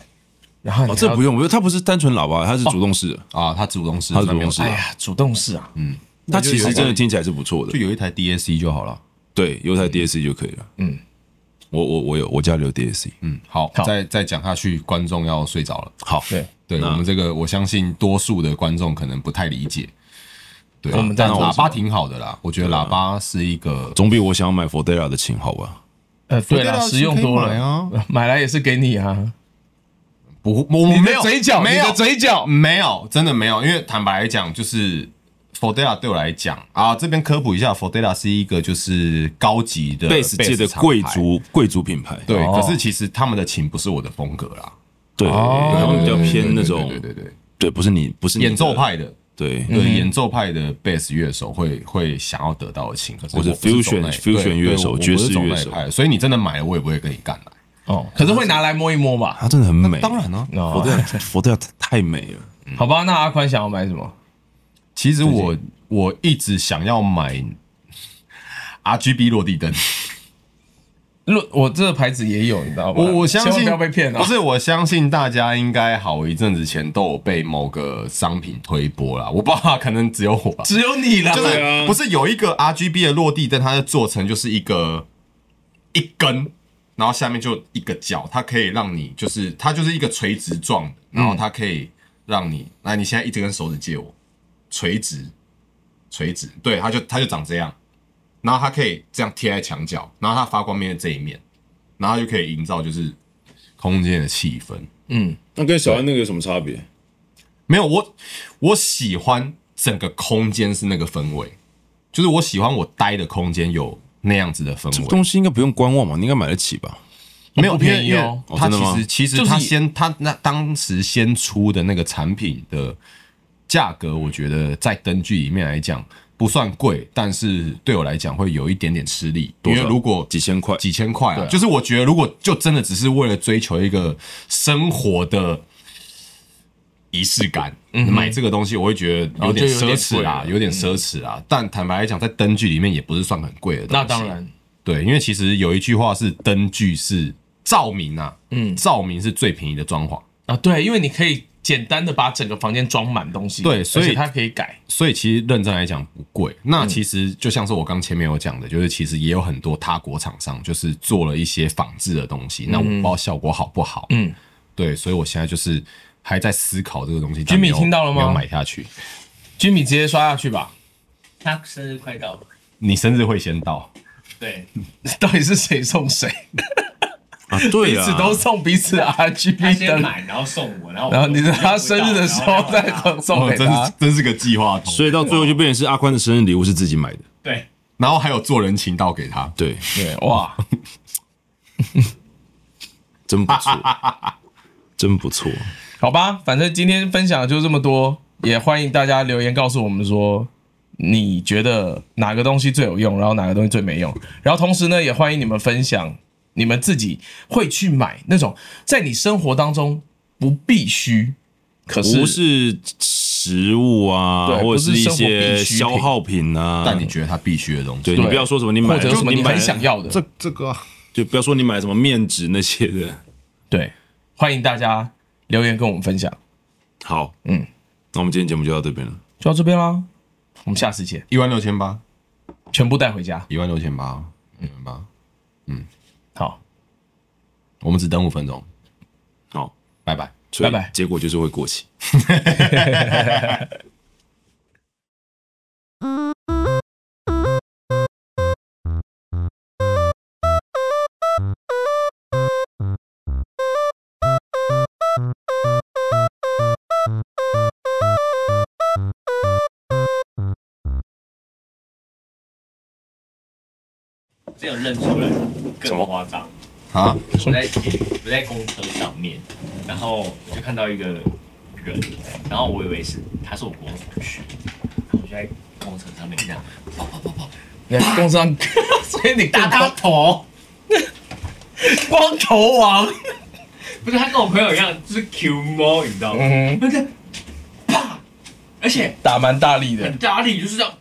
Speaker 3: 然后你
Speaker 2: 嗯哦，
Speaker 3: 还
Speaker 2: 这
Speaker 3: 要
Speaker 2: 不用，我觉得它不是单纯喇叭，它是主动式的，
Speaker 1: 啊，它主动式，
Speaker 2: 它主动式
Speaker 3: 哎呀，主动式啊，
Speaker 2: 嗯它其实真的听起来是不错
Speaker 1: 就
Speaker 2: 的。
Speaker 1: 有一台 DAC 就好了。
Speaker 2: 对，有台 DSC 就可以了。
Speaker 3: 嗯，
Speaker 2: 我我我有，我家里有 DSC。
Speaker 1: 嗯，好，
Speaker 3: 好
Speaker 1: 再再讲下去，观众要睡着了。
Speaker 2: 好，
Speaker 3: 对，
Speaker 1: 对我们这个，我相信多数的观众可能不太理解。对啊，
Speaker 3: 我们
Speaker 1: 但
Speaker 3: 当然
Speaker 1: 喇
Speaker 3: 知
Speaker 1: 叭
Speaker 3: 道
Speaker 1: 挺好的啦，我觉得喇叭是一个
Speaker 2: 总比我想要买 Fodera 的琴好吧？
Speaker 3: 呃，对啦，
Speaker 1: Fodera
Speaker 3: 实用多
Speaker 1: 是可以买啊
Speaker 3: 了，买来也是给你啊，
Speaker 1: 不，我我
Speaker 3: 你
Speaker 1: 没
Speaker 3: 的
Speaker 1: 有
Speaker 3: 嘴角，
Speaker 1: 没
Speaker 3: 你
Speaker 1: 有
Speaker 3: 的嘴角，
Speaker 1: 没有，真的没有，因为坦白来讲，就是 Fodera 对我来讲啊，这边科普一下，Fodera 是一个就是高级的
Speaker 2: 贝斯界的
Speaker 1: bass 厂牌
Speaker 2: 贵，族贵族品牌，
Speaker 1: 对，
Speaker 3: 哦
Speaker 1: 可是其实他们的琴不是我的风格啦，
Speaker 2: 对，
Speaker 3: 哦
Speaker 2: 然后比较
Speaker 1: 对
Speaker 2: 偏那种嗯
Speaker 1: 对，对对对
Speaker 2: 对，不是你不
Speaker 1: 对
Speaker 2: 是你的
Speaker 1: 演奏，派嗯的。
Speaker 2: 对，
Speaker 1: 对演奏派的贝斯乐手会会想要得到的琴，可是
Speaker 2: 或者
Speaker 1: 我不是走
Speaker 2: fusion-
Speaker 1: 那一
Speaker 2: fusion
Speaker 1: 对
Speaker 2: 乐
Speaker 1: 对
Speaker 2: 手
Speaker 1: 我不
Speaker 2: 爵
Speaker 1: 是
Speaker 2: 士
Speaker 1: 走
Speaker 2: 乐
Speaker 1: 那一
Speaker 2: 手
Speaker 1: 派的所以你真的买了，我也不会跟你干来。
Speaker 3: 哦，可是会拿来摸一摸吧？
Speaker 2: 它真的很美。
Speaker 1: 当然啊，
Speaker 3: 哦，
Speaker 2: ，Fodera Fodera 太美了。
Speaker 3: 好吧，那阿宽想要买什么？
Speaker 1: 其实我我一直想要买 RGB 落地灯，
Speaker 3: 论我这个牌子也有，你知道吗？
Speaker 1: 我我相信
Speaker 3: 千万不要被骗啊！
Speaker 1: 不是，我相信大家应该好一阵子前都有被某个商品推波啦。我不知道，可能只有我吧。
Speaker 3: 只有你了，
Speaker 1: 就是、不是有一个 RGB 的落地灯，它是做成就是一个一根，然后下面就一个角，它可以让你就是它就是一个垂直状的，然后它可以让你，那、你现在一直跟手指借我，垂直，垂直，对，它就它就长这样，然后它可以这样贴在墙角，然后它发光面的这一面，然后它就可以营造就是空间的气氛。
Speaker 2: 那跟小安那个有什么差别？
Speaker 1: 没有，我我喜欢整个空间是那个氛围，就是我喜欢我待的空间有那样子的氛
Speaker 2: 这个
Speaker 1: 围。
Speaker 2: 东西应该不用观望嘛，你应该买得起吧？
Speaker 1: 没有，
Speaker 3: 不
Speaker 1: 因为
Speaker 3: 便宜
Speaker 1: 因为
Speaker 3: 哦
Speaker 2: 哦
Speaker 1: 它
Speaker 2: 真的吗
Speaker 1: 其实其实
Speaker 3: 就是
Speaker 1: 它先它那当时先出的那个产品的价格，我觉得在灯具里面来讲不算贵，但是对我来讲会有一点点吃力，因
Speaker 2: 少
Speaker 1: 为如果
Speaker 2: 几千块
Speaker 1: 几千块啊
Speaker 3: 对，啊
Speaker 1: 就是我觉得如果就真的只是为了追求一个生活的仪式感，买这个东西我会觉得有点
Speaker 3: 嗯哦就有
Speaker 1: 奢
Speaker 3: 点
Speaker 1: 侈啦，
Speaker 3: 贵了
Speaker 1: 有点奢侈啦。但坦白来讲，在灯具里面也不是算很贵的东西。
Speaker 3: 那当，然，
Speaker 1: 对，因为其实有一句话是灯具是照明啊，嗯，
Speaker 3: 嗯
Speaker 1: 照明是最便宜的装潢。
Speaker 3: 啊，对，因为你可以简单的把整个房间装满东西，
Speaker 1: 对所以
Speaker 3: 而且它可以改，
Speaker 1: 所以其实认真来讲不贵。
Speaker 3: 嗯
Speaker 1: 那其实就像是我刚前面有讲的，就是其实也有很多他国厂商就是做了一些仿制的东西，那我不知道效果好不好。
Speaker 3: 嗯，
Speaker 1: 对，所以我现在就是还在思考这个东西。
Speaker 3: Jimmy，
Speaker 1: 但没有
Speaker 3: 听到了吗
Speaker 1: 没有买下去，
Speaker 3: 君米直接刷下去吧。
Speaker 4: 他生日快到了，
Speaker 1: 你生日会先到。
Speaker 4: 对，
Speaker 3: 到底是谁送谁？
Speaker 2: 啊，对
Speaker 3: 彼 此都送彼此
Speaker 4: 他
Speaker 3: RGB
Speaker 4: 先
Speaker 3: 灯，
Speaker 4: 买，然后送我，然后
Speaker 3: 然后你在他生日的时候再送送给
Speaker 1: 哦真
Speaker 3: 他
Speaker 1: 是。真是个计划筒。
Speaker 2: 所以到最后就变成是阿宽的生日礼物是自己买的。
Speaker 4: 对，
Speaker 1: 然后还有做人情道给他。
Speaker 2: 对，
Speaker 3: 对，哇，
Speaker 2: 真不 错，真不错。
Speaker 3: 好吧，反正今天分享就这么多，也欢迎大家留言告诉我们说，你觉得哪个东西最有用，然后哪个东西最没用。然后同时呢，也欢迎你们分享你们自己会去买那种在你生活当中不必须，可
Speaker 2: 不
Speaker 3: 是
Speaker 2: 是食物啊，
Speaker 3: 对
Speaker 2: 或者一
Speaker 3: 不是生活
Speaker 2: 些
Speaker 3: 必需品
Speaker 2: 消耗品啊。
Speaker 1: 但你觉得他必须的东西，
Speaker 2: 对
Speaker 3: 对
Speaker 2: 你不要说什么你买
Speaker 3: 或
Speaker 2: 了
Speaker 3: 者有什么
Speaker 2: 你
Speaker 3: 你
Speaker 2: 买
Speaker 3: 很
Speaker 2: 了
Speaker 3: 想要的，
Speaker 1: 这个、
Speaker 3: 啊
Speaker 2: 就不要说你买什么面纸那些的。
Speaker 3: 对，欢迎大家留言跟我们分享。
Speaker 2: 好，
Speaker 3: 嗯，
Speaker 2: 那我们今天节目就到这边了。
Speaker 3: 就到这边啦，我们下次见，
Speaker 1: 一万六千八，
Speaker 3: 全部带回家。
Speaker 1: 一万六千八，一万八。
Speaker 3: 好，
Speaker 1: 我们只等五分钟，
Speaker 2: 好，
Speaker 1: 拜拜。
Speaker 2: 所以
Speaker 3: 拜拜
Speaker 2: 结果就是会过期。
Speaker 4: 这样认出来更夸张。
Speaker 1: 啊，
Speaker 4: 我在我在公车上面，然后我就看到一个人，然后我以为是他是我国中同学，然后我就在公车上面这样跑跑跑跑，
Speaker 3: 你看工 商，所以你
Speaker 4: 打他头，
Speaker 3: 光头王，
Speaker 4: 不是他跟我朋友一样，就是 Q 哦猫，你知道吗？
Speaker 3: 嗯，
Speaker 4: 那个啪，而且
Speaker 3: 打蛮大力的
Speaker 4: 很。大力，就是这样